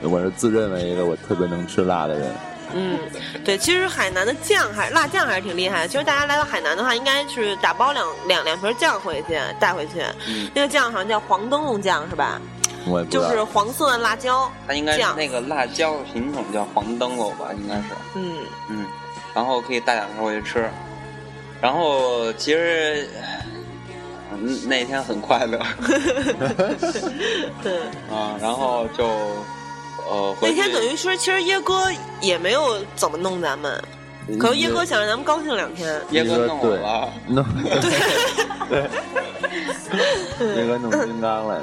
我是自认为一个我特别能吃辣的人。
嗯，对，其实海南的酱还辣酱还是挺厉害的。其实大家来到海南的话，应该是打包两两两瓶酱回去带回去。
嗯
那个酱好像叫黄灯笼酱是吧？
我也不知
就
道。
是黄色的辣椒
哎
它应该是
酱。
那个辣椒的品种叫黄灯笼吧，应该是，
嗯，
嗯，然后可以带两勺回去吃，然后其实。嗯那天很快 乐
对。
啊，然后就呃，回
那
去
天等于说，其实椰哥也没有怎么弄咱们，
嗯
可能椰哥想让咱们高兴两天。
椰哥
椰哥
弄我
对
了，啊
弄 对，一个弄金刚来，
啊，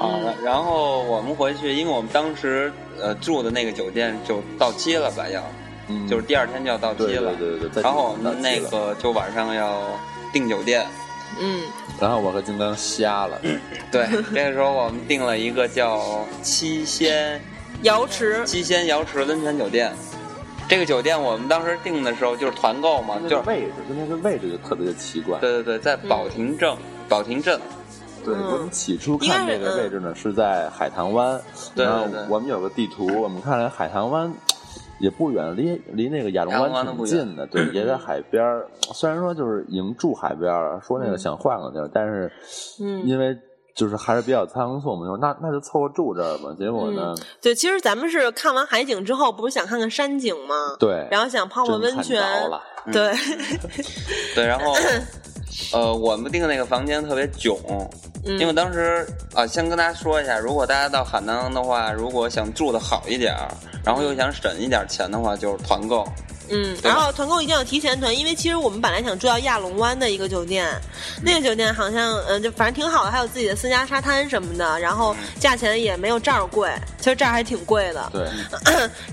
嗯
然后我们回去，因为我们当时呃住的那个酒店就到期了吧，要
嗯
就是第二天就要到期
对
了
对。对对对。
然后我们
再
那
进行到
个
这，
就晚上要订酒店，
嗯，
然后我和金刚瞎了，
嗯对，这个时候我们订了一个叫七仙
瑶池，
七仙瑶池温泉酒店。这个酒店我们当时订的时候就是团购嘛，就是
位置，就那个位置就特别的奇怪。
对对对，在保亭镇，保亭镇，
对，
嗯
我们起初看这个位置呢是在海棠湾，
对对
然后
对
我们有个地图，我们看来海棠湾。也不远，离离那个亚龙
亚龙湾
湾
都
挺
不远
近的，对，也在海边儿。虽然说就是已经住海边儿了，说那个想换个地儿，但是
嗯
因为就是还是比较仓促，我们说那那就凑合住这儿吧。结果呢，
对，其实咱们是看完海景之后，不是想看看山景吗？
对，
然后想泡泡
真
温
看
泉，
着了，嗯
对，
对，然后呃，我们订那个房间特别囧，因为当时啊、先跟大家说一下，如果大家到海南的话，如果想住的好一点儿，然后又想省一点钱的话，就是团购。
嗯，
对
然
吧
后团购一定要提前团，因为其实我们本来想住到亚龙湾的一个酒店，那个酒店好像嗯、呃就反正挺好的，还有自己的私家沙滩什么的，
嗯
然后价钱也没有这儿贵，其实这儿还挺贵的。
对，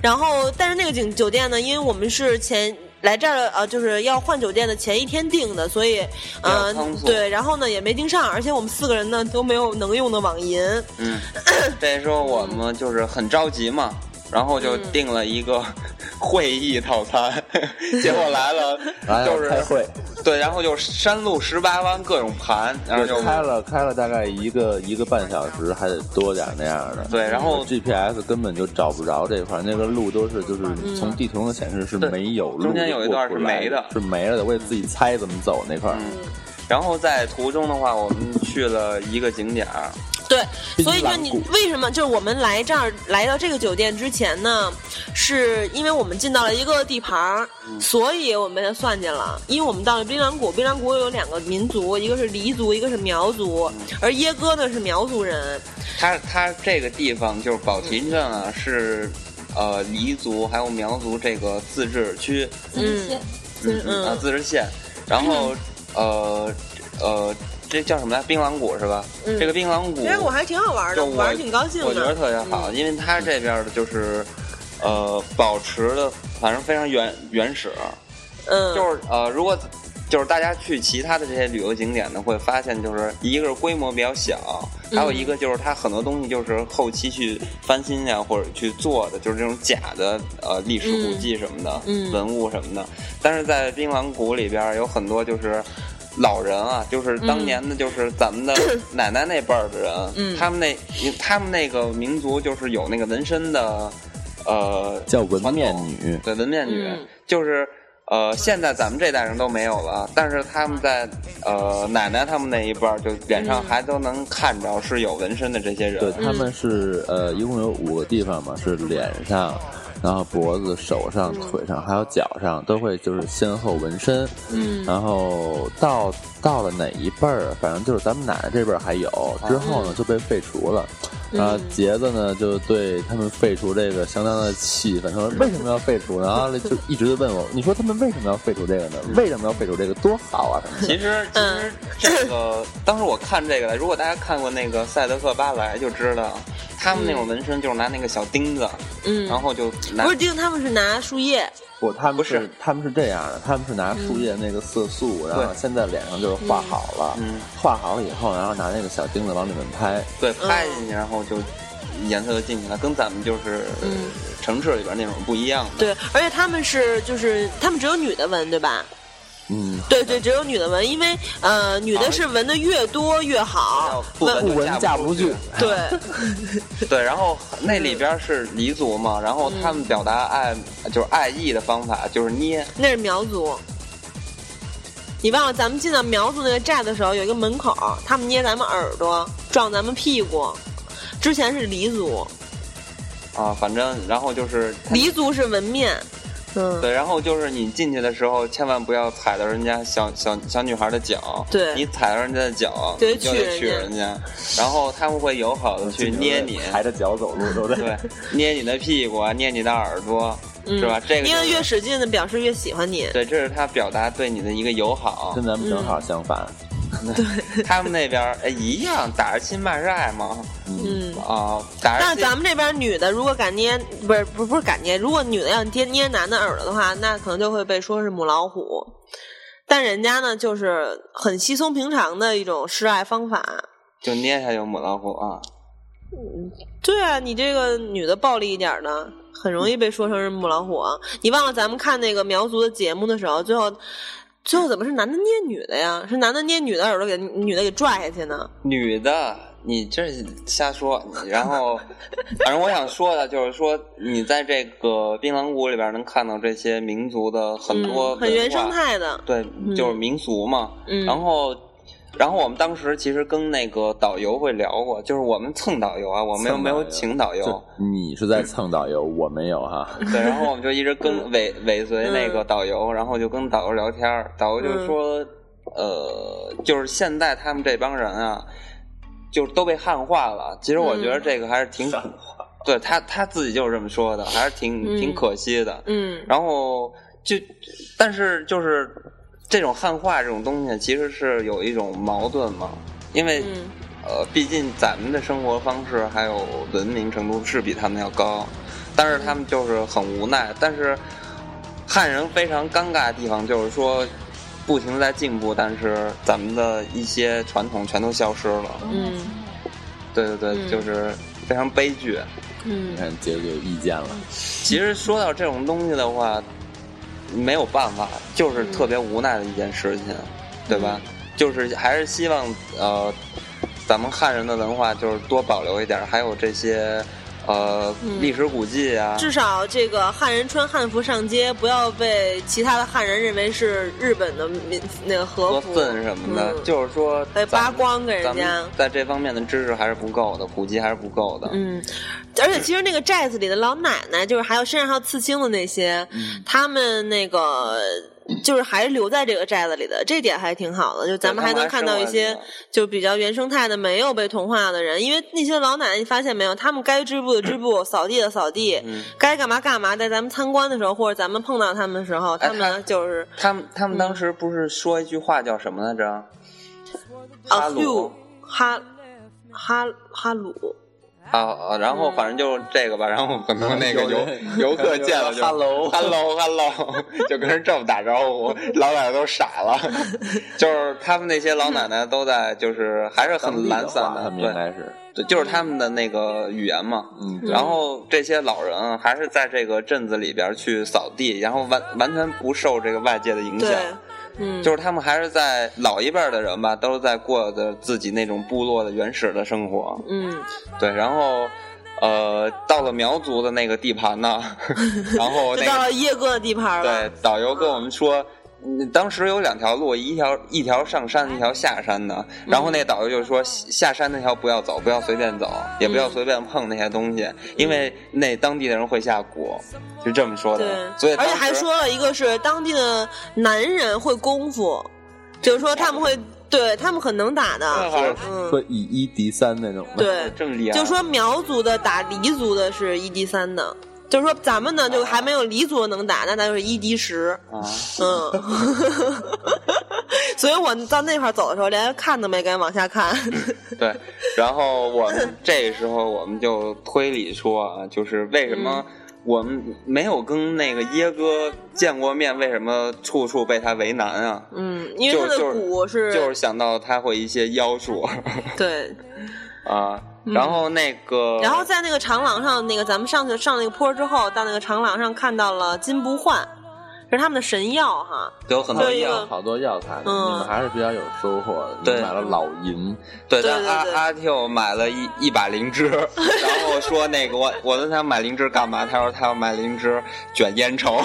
然后，但是那个景酒店呢，因为我们是前来这儿呃，就是要换酒店的前一天订的，所以
比较
呃
仓，促
对，然后呢也没订上，而且我们四个人呢都没有能用的网银，
嗯，这时候我们就是很着急嘛，然后就订了一个 会议套餐，结果来了
然后
就
要开
是
会，
对，然后就山路十八弯各种盘，然后就
对开了开了大概一个一个半小时，还得多点儿那样的。
对然后
GPS 根本就找不着这块儿，那个路都是就是从地图上显示是
嗯对
没有路，
中间有一段是
过不来
没的嗯
是没了的。我也自己猜怎么走那块儿。
然后在途中的话，我们去了一个景点儿，
对，
槟
所以就
榔
你
谷
为什么就是我们来这儿来到这个酒店之前呢，是因为我们进到了一个地盘儿，
嗯
所以我们算计了，因为我们到了槟榔谷，槟榔谷有两个民族，一个是黎族，一个是苗族，
嗯
而耶哥呢是苗族
哦
人，
它它这个地方就是宝琴镇啊，是呃黎族还有苗族这个自治区，
嗯
嗯
嗯
啊自治县，然后呃呃这叫什么来？槟榔谷是吧？
嗯
这个槟榔谷，
其实我还挺好玩的，
就我
玩儿挺高兴的，嗯
我觉得特别好，因为它这边的就是呃保持的反正非常原原始，
嗯，
就是呃，如果就是大家去其他的这些旅游景点呢，会发现就是一个是规模比较小，
嗯
还有一个就是它很多东西就是后期去翻新呀、或者去做的，就是这种假的呃历史古迹什么的、
嗯嗯
文物什么的。但是在槟榔谷里边儿有很多就是。老人啊，就是当年的，就是咱 们的奶奶那辈儿的人，
嗯
他们那他们那个民族就是有那个纹身的，呃，
叫纹面女，
对，纹面女、
嗯
就是呃，现在咱们这代人都没有了，但是他们在呃奶奶他们那一辈儿，就脸
嗯
上还都能看着是有纹身的这些人。
对，他们是呃，一共有五个地方嘛，是脸上，然后脖子、手上、腿上，还有脚上，都会就是先后纹身。嗯，然后到到了哪一辈儿，反正就是咱们奶奶这辈儿还有，之后呢就被废除了。然后杰子呢，就对他们废除这个相当的气愤，说为什么要废除呢？啊，就一直就问我，你说他们为什么要废除这个呢？为什么要废除这个？多好啊！什么的
其实，其
嗯
实这个、当时我看这个，如果大家看过那个《赛德克巴莱》，就知道他们那种纹身就是拿那个小钉子，
嗯
然后就拿
不是钉，他们是拿树叶，
不，他们
不
是
是嗯
他们是这样的，他们是拿树叶那个色素，然后
对
现在脸上就是画好了，
嗯
画好以后，然后拿那个小钉子往里面拍。
对拍进去，然后就颜色就进去了，跟咱们就是、
嗯
城市里边那种不一样的。
对，而且他们是就是他们只有女的纹，对吧？
嗯，
对对，只有女的纹，因为呃，女
啊
的是纹的越多越好
要，不纹
不
就
闻
嫁
嫁
不
不
出
住
去。
对，
对，然后
嗯
那里边是黎族嘛，然后他们表达爱、就是爱意的方法就是捏，
那是苗族。你忘了咱们进到苗族那个寨的时候，有一个门口，他们捏咱们耳朵，撞咱们屁股。之前是黎族，
啊，反正然后就是
黎族是纹面，嗯，
对，然后就是你进去的时候千万不要踩到人家小小小女孩的脚，
对
你踩到人家的脚，
对
你就
去
得去
人
人家，然后他们会友好的去捏你，
抬着脚走路，对不对？
对，捏你的屁股啊，捏你的耳朵，
嗯
是吧？这个
因
就
为
是
越使劲的表示越喜欢你。
对，这是他表达对你的一个友好
跟。咱们正
嗯
好相反。
他们那边儿哎一样打着亲骂着爱嘛，
嗯，
啊，打着
那
亲
咱们这边女的如果敢捏，不是不是不是敢捏，如果女的要捏捏男的耳朵的话，那可能就会被说是母老虎。但人家呢，就是很稀松平常的一种示爱方法。
就捏一下就母老虎啊。
对啊，你这个女的暴力一点的，很容易被说成是母老虎。啊。你忘了咱们看那个苗族的节目的时候，最后最后怎么是男的捏女的呀？是男的捏女的耳朵给女的给拽下去呢？
女的，你这是瞎说。你然 后，反正我想说的就是说，你在这个槟榔谷里边能看到这些民族的很多、
嗯嗯，很原生。态的。
对，就是民俗嘛。
嗯
然后，然后我们当时其实跟那个导游会聊过，就是我们蹭导游啊，我们又
蹭
没
导
有
游
请导游
就，你是在蹭导游，我没有哈。
对，然后我们就一直
嗯
跟尾尾随那个导游，然后就跟导游聊天儿，导游
嗯
就说，呃，就是现在他们这帮人啊，就是都被汉化了。其实我觉
嗯
得这个还是挺，对他他自己就是这么说的，还是挺
嗯
挺可惜的。
嗯
然后就，但是就是这种汉化这种东西，其实是有一种矛盾嘛，因为、
嗯
呃，毕竟咱们的生活方式还有文明程度是比他们要高，但是他们就是很无奈。但是汉人非常尴尬的地方就是说，不停的在进步，但是咱们的一些传统全都消失了。
嗯
对对对，
嗯
就是非常悲剧。
嗯
你看，杰哥有意见了，
其实说到这种东西的话，没有办法，就是
嗯
特别无奈的一件事情，对吧？就是还是希望呃，咱们汉人的文化就是多保留一点，还有这些呃、
嗯
历史古迹啊，
至少这个汉人穿汉服上街，不要被其他的汉人认为是日本的民那个和
多
服
分什么的，
嗯
就是说咱
得扒
们
光给人
咱
家
们。在这方面的知识还是不够的，古籍还是不够的。
嗯，而且其实那个寨子里的老奶奶，就是还有身上还有刺青的那些，
嗯
他们那个就是还是留在这个寨子里的，这点还挺好的。就咱们还能看到一
他
些
们还生活着
就比较原生态的、没有被同化的人，因为那些老奶奶，你发现没有，他们该织布的织布，扫地的扫地，
嗯
该干嘛干嘛。在咱们参观的时候，或者咱们碰到他们的时候，
哎
他们就是
他们他
嗯
们当时不是说一句话叫什么来着？哈
啊，
鲁
鲁哈哈哈鲁，
啊啊，然
嗯
后反正就是这个吧，然后很多 那个
嗯
游
有人
游客见了就
Hello
hello hello，就 跟人这么打招呼，老奶奶都傻 了。就是他们那些老奶奶都在，就是还是很懒散
他们应
对
该是，
对，就是他们的那个语言嘛。
嗯，
然后这些老人啊还是在这个镇子里边去扫地，然后完完全不受这个外界的影响
对。，嗯，
就是他们还是在老一辈儿的人吧，都是在过的自己那种部落的原始的生活。
嗯。
对，然后呃，到了苗族的那个地盘呢， 然后
就到
那
了
个
叶哥的地盘了。
对导游跟我们说。嗯当时有两条路，一条一条上山，一条下山
嗯
的。然后那导游就说，下山那条不要走，不要随便走，也不
嗯
要随便碰那些东西，因为那当地的人会下蛊，就这么说的。所以
而且
当时
还说了一个是当地的男人会功夫，就是说他们会，对他们很能打
对好
的，
像
嗯，
说以一敌三那种的，
对，
这么厉害，
就说苗族的打黎族的是一敌三的。就是说，咱们呢就还没有黎族能打，那咱就是一敌十，
啊，
嗯， 所以我到那块儿走的时候，连看都没敢往下看，
对，然后我 们这时候我们就推理说啊，就是为什么
嗯
我们没有跟那个耶哥见过面，为什么处处被他为难啊？
嗯，因为
就
他的
就
鼓是，嗯
就是想到他会一些妖术
对，
啊，然后那个，
嗯然后在那个长廊上，那个咱们上去上那个坡之后，到那个长廊上看到了金不换，这是他们的神药哈。
有很多
好
对一个
药，
药，
好多药材，你
嗯
们还是比较有收获的。
对
你买了老银，
对，
对
但
对
阿
对
阿 Q 买了一一把灵 芝，然后说那个我我问他买灵芝干嘛，他说他要买灵芝卷烟 抽。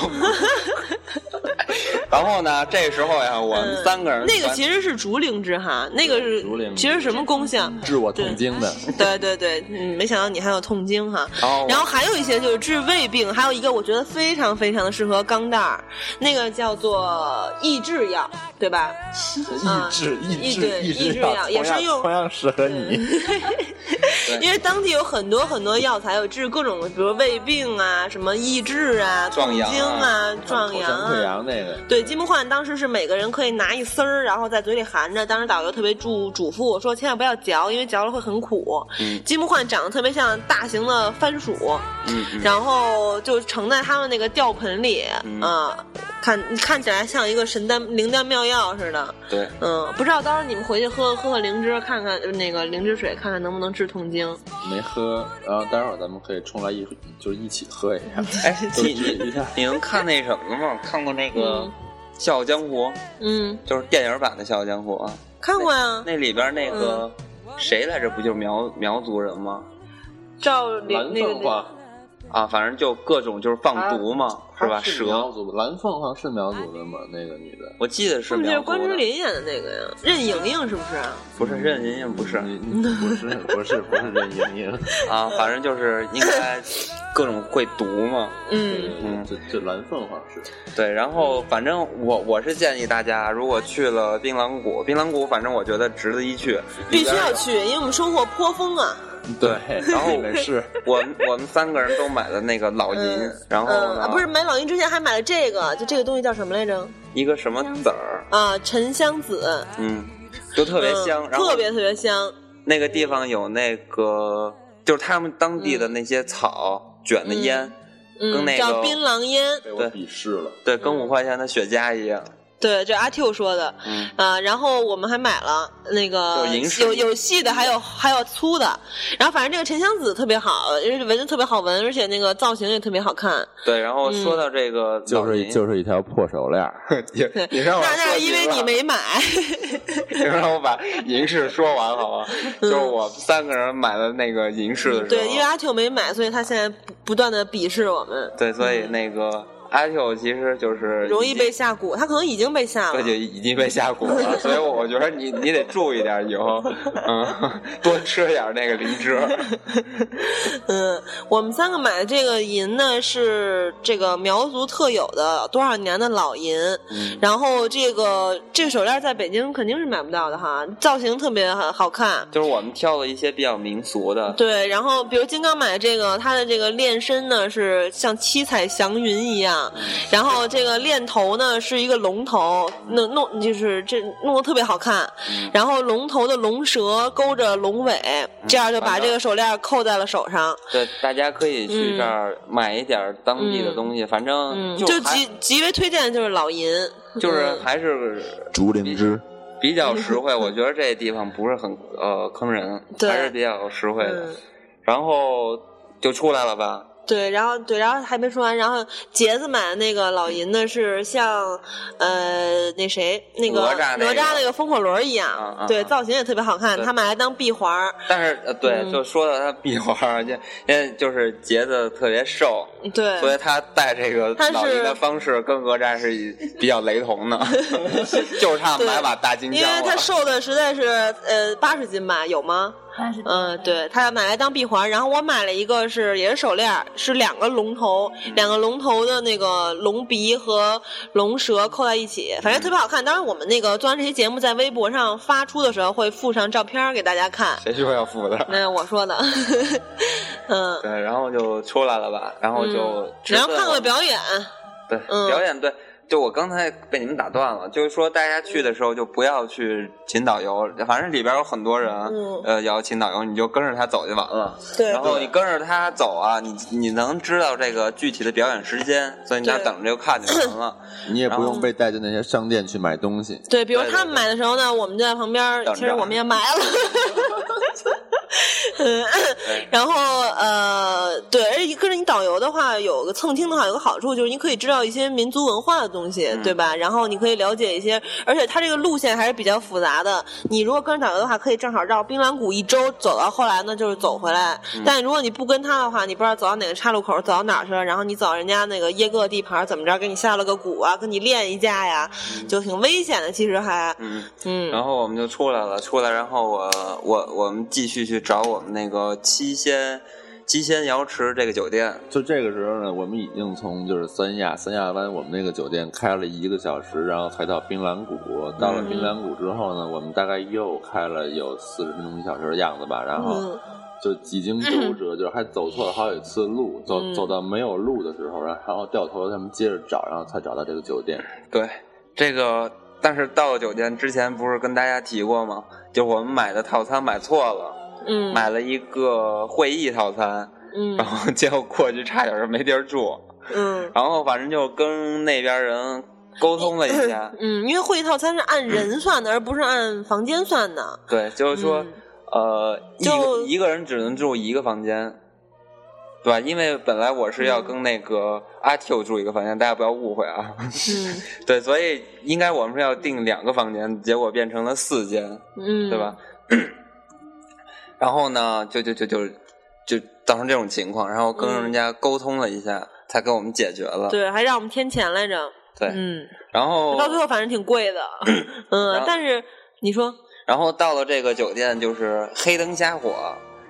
然后呢，这时候呀，我们三个人
嗯那个
全
其实是竹灵芝哈，那个是
竹灵芝嗯
其实是什么功效？
治我痛经的，
对对对，嗯，没想到你还有痛经哈。
然后我
然后还有一些就是治胃病，还有一个我觉得非常非常的适合钢蛋儿，那个叫做抑制药，对吧？嗯
抑制抑
抑
制
对抑制
药
药
同
也是
样
用
同样适合你。
因为当地有很多很多药材，有治各种，比如胃病啊、什么抑制啊、
壮
痛
阳啊
经啊、壮
口
阳
腔
啊、
溃疡那个，
对，金不换当时是每个人可以拿一丝儿，然后在嘴里含着。当时导游特别嘱嘱咐我说，千万不要嚼，因为嚼了会很苦。
嗯
金不换长得特别像大型的番薯，
嗯嗯
然后就盛在他们那个吊盆里，
嗯
啊看看起来像一个神丹灵丹妙药似的。
对，
嗯，不知道到时候你们回去喝喝喝灵芝，看看那个灵芝水，看看能不能治痛经。
没喝，然后待会儿咱们可以冲来一，就是一起喝一 下。
哎，你
就是
你你能看那什么吗？看过那个
嗯
《笑傲江湖》，
嗯，
就是电影版的《笑傲江湖》啊。
看过呀，
那里边那个
嗯
谁来着？不就是苗苗族人吗？
照灵那个。
啊，反正就各种就是放毒嘛，是吧？蛇，
苗族蓝凤凰是苗族的吗？那个女 的
我记得
是
是
不是就是
苗
关
族
之
的，
琳演的那个呀？任盈盈是不啊是？
不是任盈盈，不是
你你不是不是不是任盈 盈，
啊，反正就是应该各种会毒嘛。
嗯，
嗯， 这这蓝凤凰是
对，然后反正我我是建议大家，如果去了槟榔谷，槟榔谷反正我觉得值得一去，
必须要去，因为我们收获颇丰啊。
对然后
里面是
我们我们三个人都买了那个老银，
嗯，
然后
嗯
呢，
啊不是买老鹰之前还买了这个，就这个东西叫什么来着？
一个什么籽儿，
啊，沉香子，
嗯，就特别香，
嗯
然后
特别特别香。
那个地方有那个就是他们当地的那些草卷的烟，跟
嗯，
那个
叫槟榔烟，
被我鄙视了。
对，跟五块钱的雪茄一样，
对，这阿 Q 说的。
嗯，
啊，然后我们还买了那个
有银饰
有有细的，还有还有粗的，然后反正这个沉香子特别好，呃闻着特别好闻，而且那个造型也特别好看。
对，然后说到这个
就
老
是
银
就是一条破手链儿，
对，
你让我
嗯那那
说
是因
急
为
了
你没买，
你让我把银饰说完好吗？就是我们三个人买了那个银饰的时候，
嗯对，因为阿 Q 没买，所以他现在不不断的鄙视我们，
对所以那个阿 Q 其实就是
容易被
已经
下蛊，他可能已经被下
对
了
就。已经被下蛊 了，所以我觉得你你得注意点以后，嗯，多吃点那个梨汁。
嗯，我们三个买的这个银呢是这个苗族特有的多少年的老银，然后这个这个手链在北京肯定是买不到的哈，造型特别好好看。
就是我们挑了一些比较民俗的，
对，然后比如金刚买这个，它的这个链身呢是像七彩祥云一样，然后这个链头呢是一个龙头，弄弄就是这弄得特别好看，然后龙头的龙蛇勾着龙尾，这样就把这个手链扣在了手上，
对，大家可以去
嗯
这儿买一点当地的东西，反正
嗯，
就
就
还
极极为推荐的就是老银，
就是
嗯
还是
竹灵芝，
比较实 惠，我觉得这地方不是很呃坑人，
对
还是比较实惠的。
嗯
然后就出来了吧，
对，然后对，然后还没说完，然后杰子买的那个老银的是像呃那谁那个
哪吒那个
那个风火轮一样，
啊啊
对，
啊
造型也特别好看，
对
他买来当闭环儿，
但是呃对，
嗯
就说到他闭环儿，现现在就是杰子特别瘦，所
对
以他戴这个
他是
老鹰的方式跟哪吒是一比较雷同 的，就是差买把大金
因
枪
为
了
他。瘦的实在是呃八十斤吧，有吗？
但是
嗯，对，他买来当闭环，然后我买了一个是也是手链儿，是两个龙头，两个龙头的那个龙鼻和龙舌扣在一起，反正特别好看。当然，我们那个做完这期节目在微博上发出的时候会附上照片儿给大家看，
谁说要付的？
那是我说的， 嗯，
对，然后就出来了吧，然后就
嗯
直
然
奔我们、
后看了表演，
对，
嗯
表演对。就我刚才被你们打断了，就是说大家去的时候就不要去秦导游，反正里边有很多人，
嗯
呃，摇秦导游，你就跟着他走就完了。
对
然后你跟着他走啊，你你能知道这个具体的表演时间，所以你在
对
等着就看就完 了。
你也不
然后
用被带进那些商店去买东西。
对，比如
对对
他们买的时候呢，我们就在旁边儿
等，着
其实我们也买了。嗯然后呃，对，而且跟着你导游的话，有个蹭听的话，有个好处就是你可以知道一些民族文化的东西，对吧？然后你可以了解一些，而且它这个路线还是比较复杂的。你如果跟着导游的话，可以正好绕槟榔谷一周，走到后来呢就是走回来。但如果你不跟他的话，你不知道走到哪个岔路口，走到哪儿去了，然后你走到人家那个耶格地盘儿怎么着，给你下了个蛊啊，跟你练一架呀，就挺危险的。其实还，
嗯，
嗯
然后我们就出来了，出来，然后我我我们继续去找我们那个七仙七仙瑶池这个酒店，
就这个时候呢，我们已经从就是三亚三亚湾我们那个酒店开了一个小时，然后才到槟榔谷。到了
嗯
槟榔谷之后呢，我们大概又开了有四十分钟一小时的样子吧，然后
嗯
就 几经周折，就是还走错了好几次路，走
嗯
走到没有路的时候，然后掉头他们接着找，然后才找到这个酒店。
对，这个但是到了酒店之前不是跟大家提过吗？就我们买的套餐买错了，
嗯
买了一个会议套餐，
嗯
然后结果过去差点儿没地儿住，
嗯
然后反正就跟那边人沟通了一 下，
嗯，因为会议套餐是 按人算的，而不是按房间算的。
对，就是说
嗯，
呃，一
就
个一个人只能住一个房间，对吧？因为本来我是要跟那个阿 Q 住一个房间，大家不要误会啊。
嗯
对，所以应该我们是要订两个房间，结果变成了四间，
嗯，
对吧？然后呢，就就就就。就造成这种情况，然后跟人家沟通了一下，才给我们解决了。
嗯对，还让我们添钱来着。
对
嗯，
然后
到最后反正挺贵的，
然
嗯
后，
但是你说，
然后到了这个酒店就是黑灯瞎火，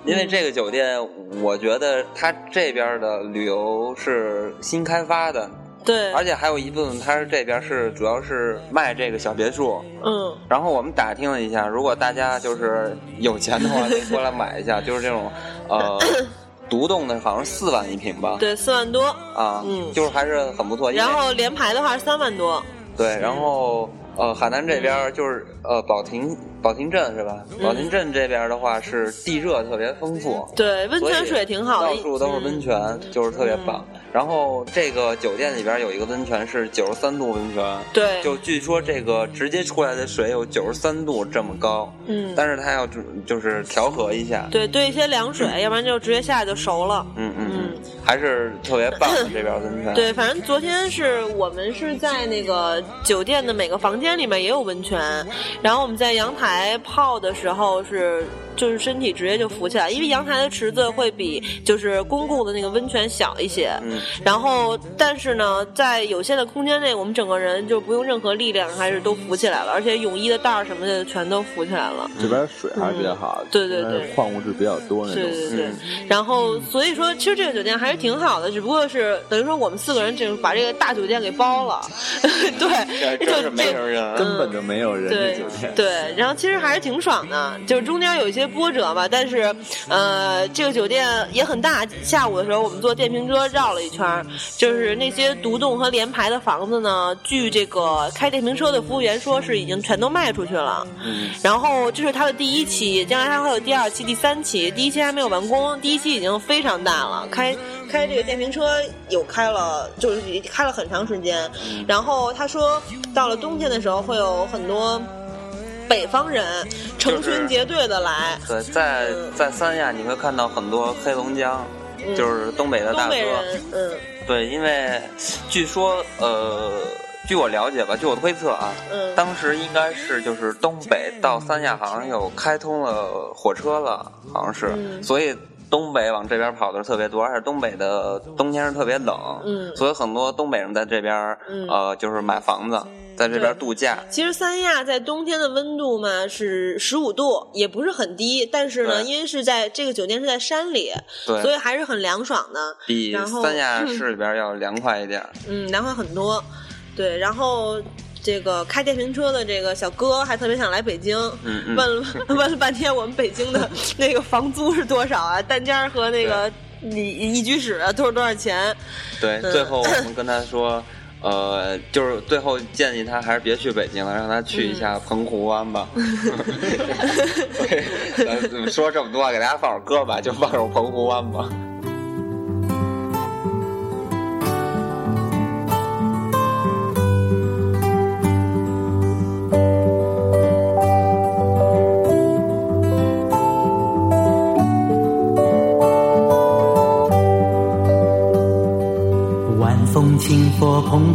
因
嗯
为这个酒店我觉得它这边的旅游是新开发的，
对，
而且还有一部分它是这边是主要是卖这个小别墅。
嗯，
然后我们打听了一下，如果大家就是有钱的 话，可以过来买一下，就是这种 呃独栋的，好像四万一平吧，
对，四万多，
啊，
嗯
就是还是很不错。因为
然后连排的话是三万多，
对，然后呃，海南这边儿就是呃保亭保亭镇是吧？保亭镇这边儿的话是地热特别丰富，
嗯对，温泉
所以
水挺好的，嗯
到处都是温泉，就是特别棒。然后这个酒店里边儿有一个温泉是九十三度温泉，
对
就据说这个直接出来的水有九十三度这么高，
嗯
但是它要就就是调和一下，
对，兑一些 凉水，要不然就直接下去就熟了。
嗯嗯
嗯
嗯，还是特别棒的这边儿温泉，
对，反正昨天是我们是在那个酒店的每个房间里面也有温泉，然后我们在阳台泡的时候是就是身体直接就浮起来，因为阳台的池子会比就是公共的那个温泉小一些。
嗯
然后，但是呢，在有限的空间内，我们整个人就不用任何力量，还是都浮起来了，而且泳衣的带儿什么的全都浮起来了。
这边水还是比较好，
嗯对对对
这边是矿物质比较多那
对
种。嗯
对对，然后所以说，其实这个酒店还是挺好的，只不过是等于说我们四个人这把这个大酒店给包了， 对，
这真是没什么人。啊
根本就没有人这
对
酒店，
对，然后其实还是挺爽的，就是中间有一些波折吧，但是呃，这个酒店也很大。下午的时候，我们坐电瓶车绕了一圈儿，就是那些独栋和联排的房子呢，据这个开电瓶车的服务员说是已经全都卖出去了。
嗯
然后这是它的第一期，将来它会有第二期、第三期。第一期还没有完工，第一期已经非常大了，
嗯
开开这个电瓶车有开了，就是开了很长时间。
嗯
然后他说，到了冬天的时候会有很多北方人成群结队的来，
对，在
嗯
在三亚你会看到很多黑龙江，
嗯
就是东北的大哥
东北。人，嗯
对，因为据说呃，据我了解吧，据我推测啊，
嗯
当时应该是就是东北到三亚好像有开通了火车了，好像是，
嗯
所以。东北往这边跑的特别多，而且东北的冬天是特别冷，
嗯
所以很多东北人在这边，
嗯
呃，就是买房子，在这边
对
度假，
其实三亚在冬天的温度嘛是十五度，也不是很低，但是呢，
对
因为是在这个酒店是在山里，
对，
所以还是很凉爽的。
比
然后
三亚市里边要凉快一点。
嗯，凉快很多。对，然后这个开电瓶车的这个小哥还特别想来北京，
嗯嗯
问了 问了半天我们北京的那个房租是多少啊？ 单间儿和那个你一居室都是多少钱？
对，
嗯
最后我们跟他说，呃，就是最后建议他还是别去北京了，让他去一下澎湖湾吧。对，说这么多，给大家放首歌吧，就放首澎湖湾吧。
晚风轻拂澎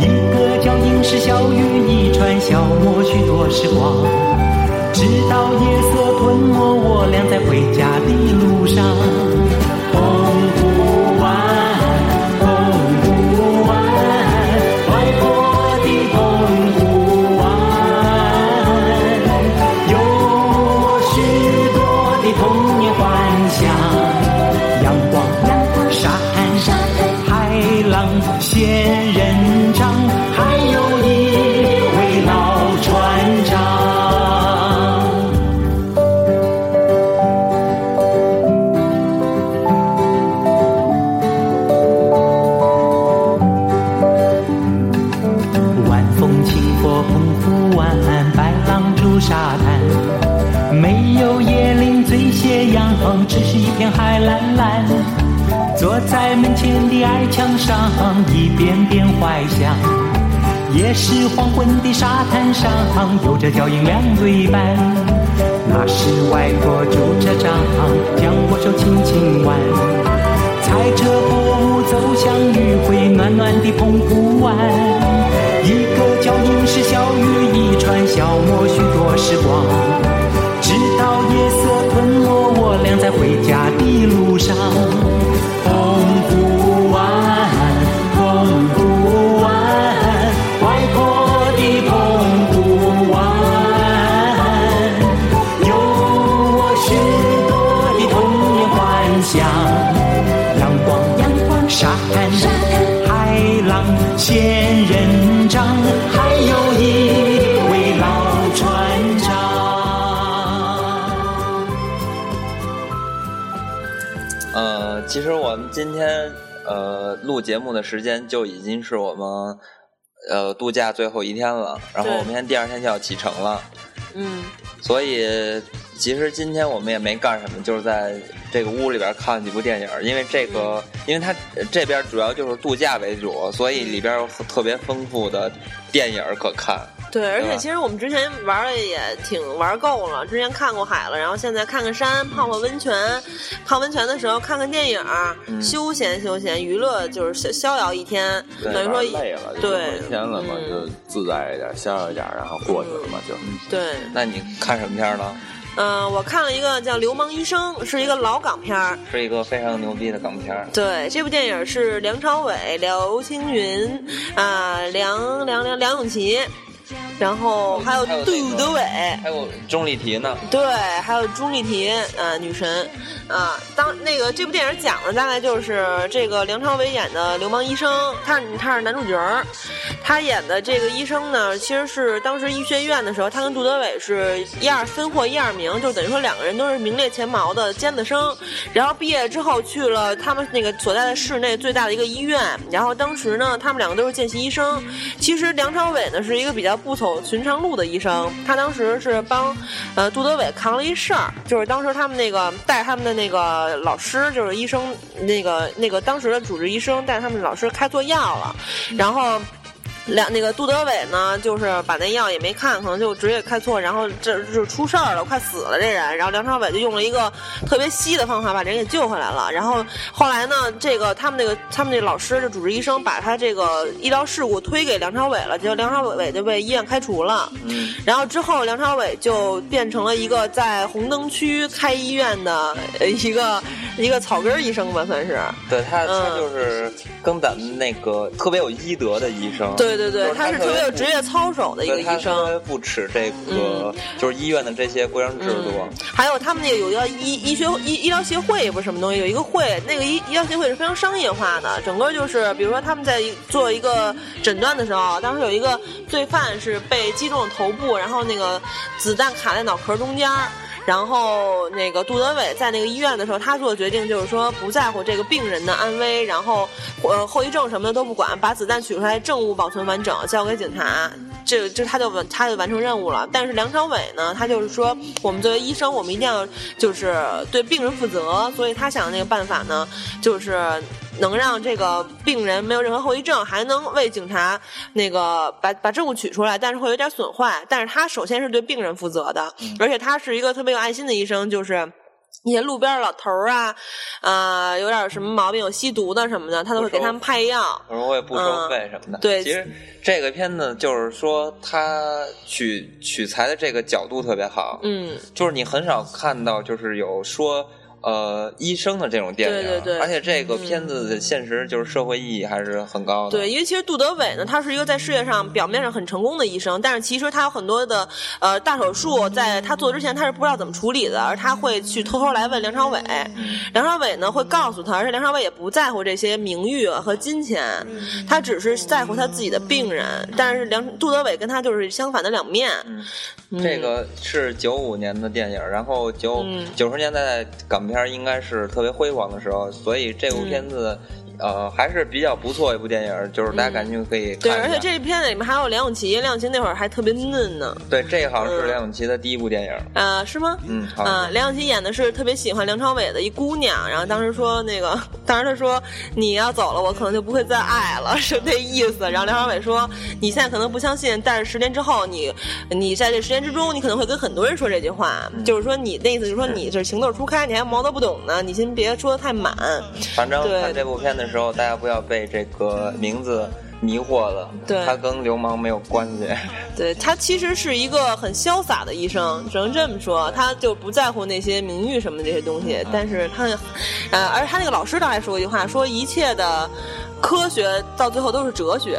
一个脚印是小雨一串，消磨许多时光。直到夜色吞没我俩在回家的路上。澎湖湾，澎湖湾，外婆的澎湖湾，有我许多的童年幻想。阳光、沙滩、海浪、仙人掌，还有一位老船长。晚风轻拂澎湖湾，白浪逐沙滩，没有椰林缀斜阳，只是一片海蓝蓝。坐在门前的矮墙上，一遍遍怀想。也是黄昏的沙滩上，有着脚印两对半。那是外国驻车长将我手轻轻挽，踩着薄雾走向余晖暖暖的澎湖湾。一个脚印是小雨一串，消磨许多时光，直到夜色吞没我俩在回家的路上。澎湖湾，澎湖湾，外婆的澎湖湾，有我许多的童年幻想。阳光，阳光，沙滩，沙滩，海浪，仙人掌，还有一位老船长。
呃，其实我们今天呃录节目的时间就已经是我们呃度假最后一天了，然后
对
我们明天第二天就要启程了，
嗯，
所以其实今天我们也没干什么，就是在这个屋里边看了几部电影，因为这个，因为它呃这边主要就是度假为主，所以里边有特别丰富的电影可看。
对，而
对吧
且其实我们之前玩的也挺玩够了，之前看过海了，然后现在看看山，泡泡温泉，
嗯
泡温泉的时候看看电影，
嗯
休闲休闲，娱乐就是逍逍遥一天，
对
等于说
累了，就
对
一天了嘛，
嗯
就自在一点，逍遥一点，然后过去了嘛，就。
对，
那你看什么片儿呢？
嗯，我看了一个叫《流氓医生》，是一个老港片儿。
是一个非常牛逼的港片儿。
对，这部电影是梁朝伟、刘青云啊、梁梁梁梁咏琪，然后还有
还有那个
杜德伟，
还有钟丽缇呢，
对，还有钟丽缇，呃，女神，啊、当那个这部电影讲的大概就是这个梁朝伟演的流氓医生，他是他是男主角儿，他演的这个医生呢，其实是当时医学院的时候，他跟杜德伟是一二分获一二名，就等于说两个人都是名列前茅的尖子生，然后毕业之后去了他们那个所在的市内最大的一个医院，然后当时呢，他们两个都是见习医生，其实梁朝伟呢是一个比较不走寻常路的医生，他当时是帮呃杜德伟扛了一事儿，就是当时他们那个带他们的那个老师，就是医生那个那个当时的主治医生带他们老师开错药了，然后。两那个杜德伟呢，就是把那药也没看，可能就直接开错，然后这就出事儿了，快死了这人。然后梁朝伟就用了一个特别稀的方法把人给救回来了。然后后来呢，这个他们那个他们那老师这主治医生把他这个医疗事故推给梁朝伟了，结果梁朝伟就被医院开除了。然后之后，梁朝伟就变成了一个在红灯区开医院的呃一个一个草根儿医生吧，算是。
对他，他
嗯
就是跟咱们那个特别有医德的医生。
对对
就
对，他是特别有职业操守的一个
对他
医
特
生。嗯
别不耻这个，就是医院的这些规章制度。
还有他们那个有一个医医学医医疗协会也不是什么东西，有一个会，那个医医疗协会是非常商业化的，整个就是比如说他们在做一个诊断的时候，当时有一个罪犯是被击中了头部，然后那个子弹卡在脑壳中间儿。然后那个杜德伟在那个医院的时候，他做的决定就是说不在乎这个病人的安危，然后呃后遗症什么的都不管，把子弹取出来，证物保存完整，交给警察。这这他就完他就完成任务了。但是梁朝伟呢，他就是说我们作为医生，我们一定要就是对病人负责，所以他想的那个办法呢，就是。能让这个病人没有任何后遗症，还能为警察那个把把证物取出来，但是会有点损坏。但是他首先是对病人负责的，而且他是一个特别有爱心的医生，就是一些路边的老头儿啊，啊，有点什么毛病，有吸毒的什么的，他都会给他们派药。
然后我也不收费什么的。
嗯对
其实这个片子就是说，他取取材的这个角度特别好。，
嗯，
就是你很少看到，就是有说呃医生的这种电影，
对对对嗯
而且这个片子的现实就是社会意义还是很高的。
对，因为其实杜德伟呢，他是一个在事业上表面上很成功的医生，但是其实他有很多的呃大手术，在他做之前他是不知道怎么处理的，而他会去偷偷来问梁朝伟，
嗯
梁朝伟呢会告诉他，而且梁朝伟也不在乎这些名誉啊和金钱，
嗯
他只是在乎他自己的病人。但是梁杜德伟跟他就是相反的两面，
嗯
嗯
这个是九五年的电影，然后
嗯嗯
九九十年代港片应该是特别辉煌的时候，所以这部片子呃还是比较不错一部电影，就是大家感兴趣可以看
嗯对，
一下
而且这片里面还有梁咏琪，梁咏琪那会儿还特别嫩呢，
对这好像是
嗯
梁咏琪的第一部电影，
啊，是吗？
嗯好像是
啊，梁咏琪演的是特别喜欢梁朝伟的一姑娘，然后当时说那个，当时她说你要走了，我可能就不会再爱了， 是那意思。然后梁朝伟说你现在可能不相信，但是十年之后你，你在这十年之中，你可能会跟很多人说这句话，就是说你那意思就是说你是情窦初开，你还毛都不懂呢，你先别说的太满。
反正
对
看这部片的时候，大家不要被这个名字迷惑了，
对
它跟流氓没有关 系。
对他其实是一个很潇洒的医生，只能这么说，他就不在乎那些名誉什么这些东
嗯
西。但是他，呃，而他那个老师倒还说过一句话，说一切的科学到最后都是哲学，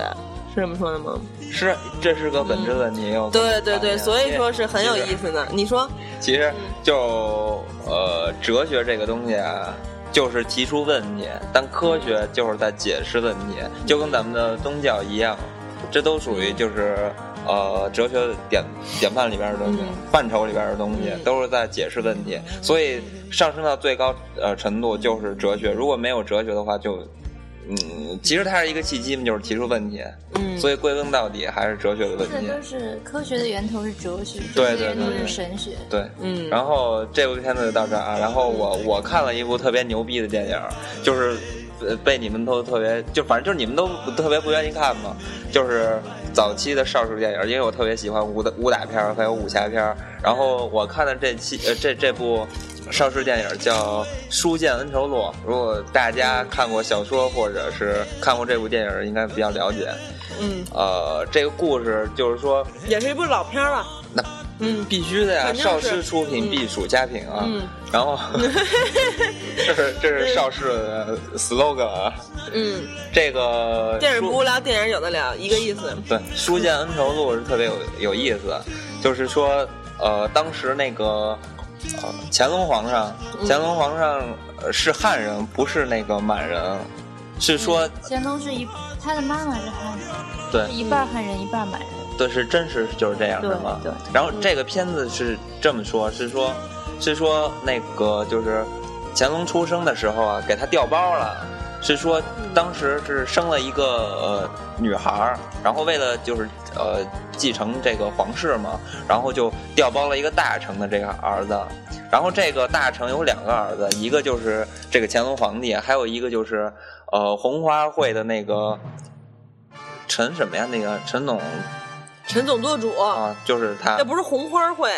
是这么说的吗？
是，这是个本质问题。我跟你
对对
讲
对，
一下
所以说是很有
其实
意思的。你说，
其实就呃，哲学这个东西啊，就是提出问题，但科学就是在解释问题，就跟咱们的宗教一样，这都属于就是呃哲学典典范里边的东
嗯
西，范畴里边的东西，都是在解释问题。所以上升到最高呃程度就是哲学，如果没有哲学的话就。嗯，其实它是一个契机嘛，就是提出问题，
嗯
所以归根到底还是哲学的问
这
题。
都是科学的源头是哲学，
对
哲学的源头
对对
是
对
神学。
对，
嗯
然后这部片子就到这儿啊。然后我我看了一部特别牛逼的电影，就是呃被你们都特别，就反正就是你们都不特别不愿意看嘛。就是早期的邵氏电影，因为我特别喜欢武打武打片儿还有武侠片儿。然后我看的这期呃这这部。邵氏电影叫《书剑恩仇录》，如果大家看过小说或者是看过这部电影，应该比较了解。
嗯，
呃，这个故事就是说，
也是一部老片儿了。
那
嗯
必须的呀，
肯定
邵
是
氏出品
嗯
必属佳品啊。
嗯
然 后，这是这是邵氏的 slogan 啊。
嗯，
这个
电影
书
不无聊，电影有的聊，一个意思。
对《书剑恩仇录》是特别有有意思的，就是说，呃，当时那个呃乾隆皇上，
嗯
乾隆皇上呃是汉人，不是那个满人，是说
嗯
乾隆是一，他的妈妈是汉人，
对
是一半汉人一半满人。
对，是真实就是这样，
对
是吗？
对嗯
然后这个片子是这么说，是说，是说那个就是乾隆出生的时候啊，给他调包了，是说
嗯
当时是生了一个呃女孩儿，然后为了就是呃继承这个皇室嘛，然后就调包了一个大臣的这个儿子，然后这个大臣有两个儿子，一个就是这个乾隆皇帝，还有一个就是呃红花会的那个陈什么呀？那个陈总。
陈总舵主，
啊，就是他
那不是红花会，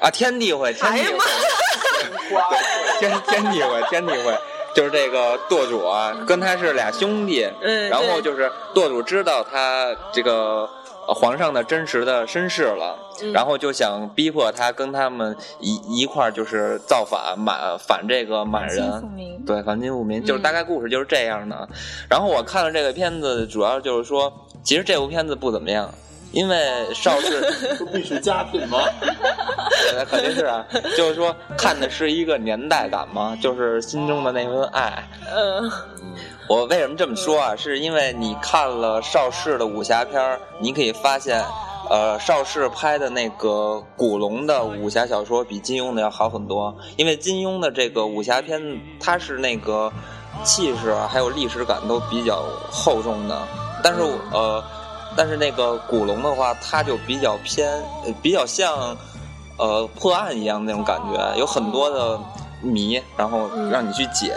啊，天地会，天
哎
地
呀
会
妈，，
天天地会，天地会，就是这个舵主啊，跟他是俩兄弟，
嗯
然后
对
就是舵主知道他这个呃皇上的真实的身世了，
嗯
然后就想逼迫他跟他们一一块儿就是造反满反这个满人，
反清复明
对，反清复明，
嗯
就是大概故事就是这样的。然后我看了这个片子，主要就是说，其实这部片子不怎么样。因为邵氏
必是佳品吗？
对肯定是啊，就是说看的是一个年代感嘛，就是心中的那份爱。
嗯
我为什么这么说啊？是因为你看了邵氏的武侠片儿，你可以发现，呃，邵氏拍的那个古龙的武侠小说比金庸的要好很多，因为金庸的这个武侠片，它是那个气势啊还有历史感都比较厚重的，但是呃，但是那个古龙的话，它就比较偏，呃比较像呃破案一样那种感觉，有很多的谜，然后让你去解。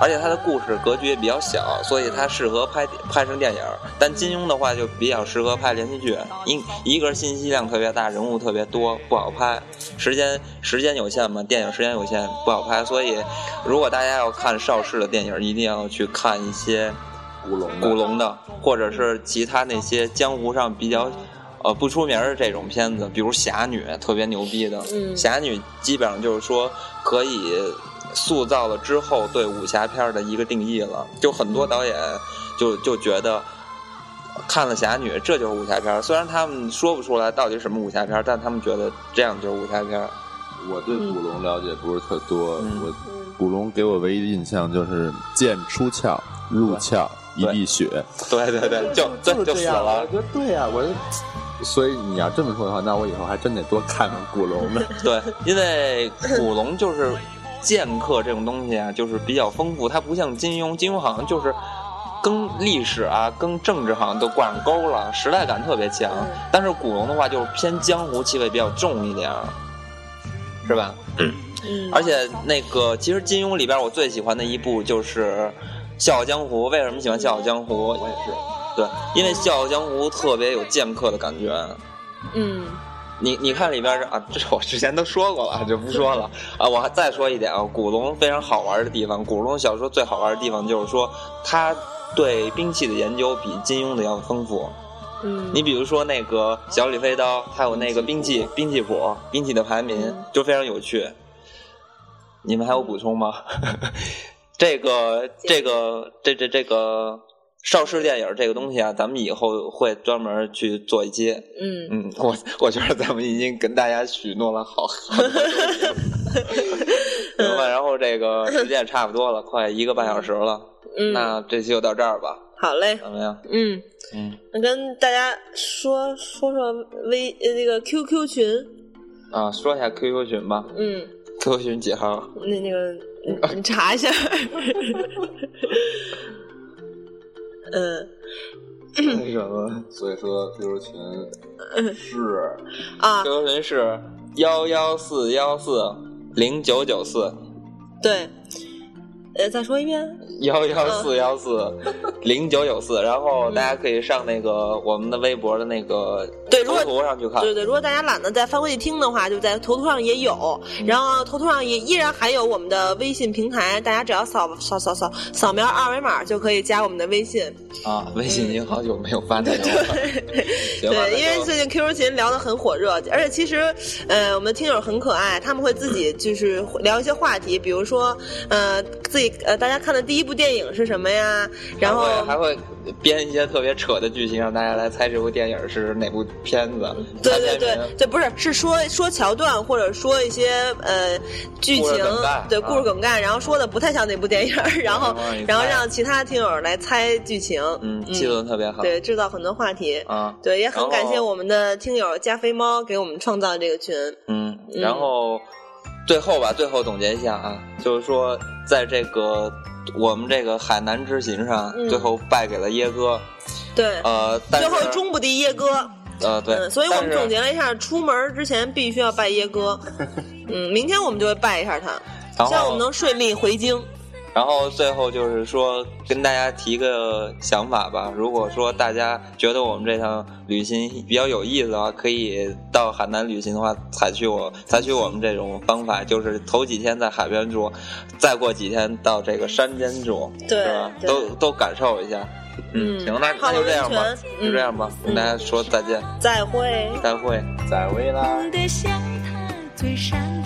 而且它的故事格局也比较小，所以它适合拍拍成电影儿。但金庸的话就比较适合拍连续剧，一一个是信息量特别大，人物特别多，不好拍，时间时间有限嘛，电影时间有限，不好拍。所以，如果大家要看邵氏的电影，一定要去看一些
古龙，
古，龙的，或者是其他那些江湖上比较呃不出名儿的这种片子，比如《侠女》，特别牛逼的。
嗯
侠女》基本上就是说可以塑造了之后对武侠片儿的一个定义了，就很多导演就就觉得。看了《侠女》，这就是武侠片儿。虽然他们说不出来到底什么武侠片儿，但他们觉得这样就是武侠片儿。
我对古龙了解不是特多，
嗯
我古龙给我唯一的印象就是剑出鞘入鞘一地血，
对对对，就对
嗯
就
是这
死
样
了
我。觉得对呀、我就。所以你要 这么说的话，那我以后还真得多看看古龙的。
对，因为古龙就是剑客这种东西啊，就是比较丰富，它不像金庸，金庸好像就是。跟历史啊，跟政治好像都挂上钩了，时代感特别强。但是古龙的话，就是偏江湖气味比较重一点儿，是吧？
嗯，
而且那个，其实金庸里边我最喜欢的一部就是《笑傲江湖》。为什么喜欢《笑傲江湖》？我也是，对，因为《笑傲江湖》特别有剑客的感觉。啊
嗯，
你你看里边儿啊，这是我之前都说过了，就不说了啊。我还再说一点啊，古龙非常好玩的地方，古龙小说最好玩的地方就是说，他对兵器的研究比金庸的要丰富。
嗯，
你比如说那个小李飞刀，还有那个兵器兵器谱、兵器的排名，就非常有趣。你们还有补充吗？ 这个这个这这这个邵氏电影这个东西啊，咱们以后会专门去做一期。
嗯，
嗯， 我我觉得咱们已经跟大家许诺了好，好多东西 了行吧？然后这个时间也差不多了，快一个半小时了，
嗯
那这期就到这儿吧，
好嘞，
怎么样？
嗯，
嗯
那跟大家说说说微呃那个 QQ 群，
啊，说一下 QQ 群吧
嗯，
，QQ 群几号？
那那个你你查一下， 嗯。
为什么？所以说 QQ 群是
啊，
QQ 群是幺幺四幺四零九九四
对，呃，再说一遍，
幺幺四幺四零九九四，然后大家可以上那个我们的微博的那个
对如
头
果
图上去看。
对对，如果大家懒得再翻回去听的话，就在头图上也有，然后头图上也依然还有我们的微信平台，大家只要扫扫扫扫扫描二维码就可以加我们的微信。
啊，微信已经好久没有发内容了。行吧，
对，因为最近 QQ 群聊得很火热，而且其实，呃，我们听友很可爱，他们会 自己就是聊一些话题，比如说，呃，自己呃，大家看的第一部电影是什么呀？然后
还会还会编一些特别扯的剧情，让大家来猜这部电影是哪部片子。
对
猜
对
片
对
名
对，不是是说说桥段，或者说一些呃剧
故
情
事梗概，
对
啊
故事梗概，然后说的不太像那部电影儿，然后
让你
然后
猜
让其他听友来猜剧情，
嗯，气氛特别好。
对，制造很多话题。
啊，
对，也很感谢
然后
我们的听友加菲猫给我们创造这个群。
嗯，
嗯
然后最后吧，最后总结一下啊，就是说，在这个我们这个海南之行上，
嗯
最后败给了耶哥。
对，
呃，但
最
是
后终不敌耶哥。
呃对、
嗯，所以我们
但是
总结了一下，出门之前必须要拜 耶哥。嗯，明天我们就会拜一下他，
然
希望
后
我们能顺利回京。
然后最后就是说，跟大家提个想法吧。如果说大家觉得我们这趟旅行比较有意思的话，可以到海南旅行的话，采取我采取我们这种方法，就是头几天在海边住，再过几天到这个山间住，
对
是吧？
对
都都感受一下。
嗯
行，那
泡
那就
个
这样吧
温泉，嗯
就这样吧，跟大家说再见，
再会。
再会。
在微啦。
的像他最闪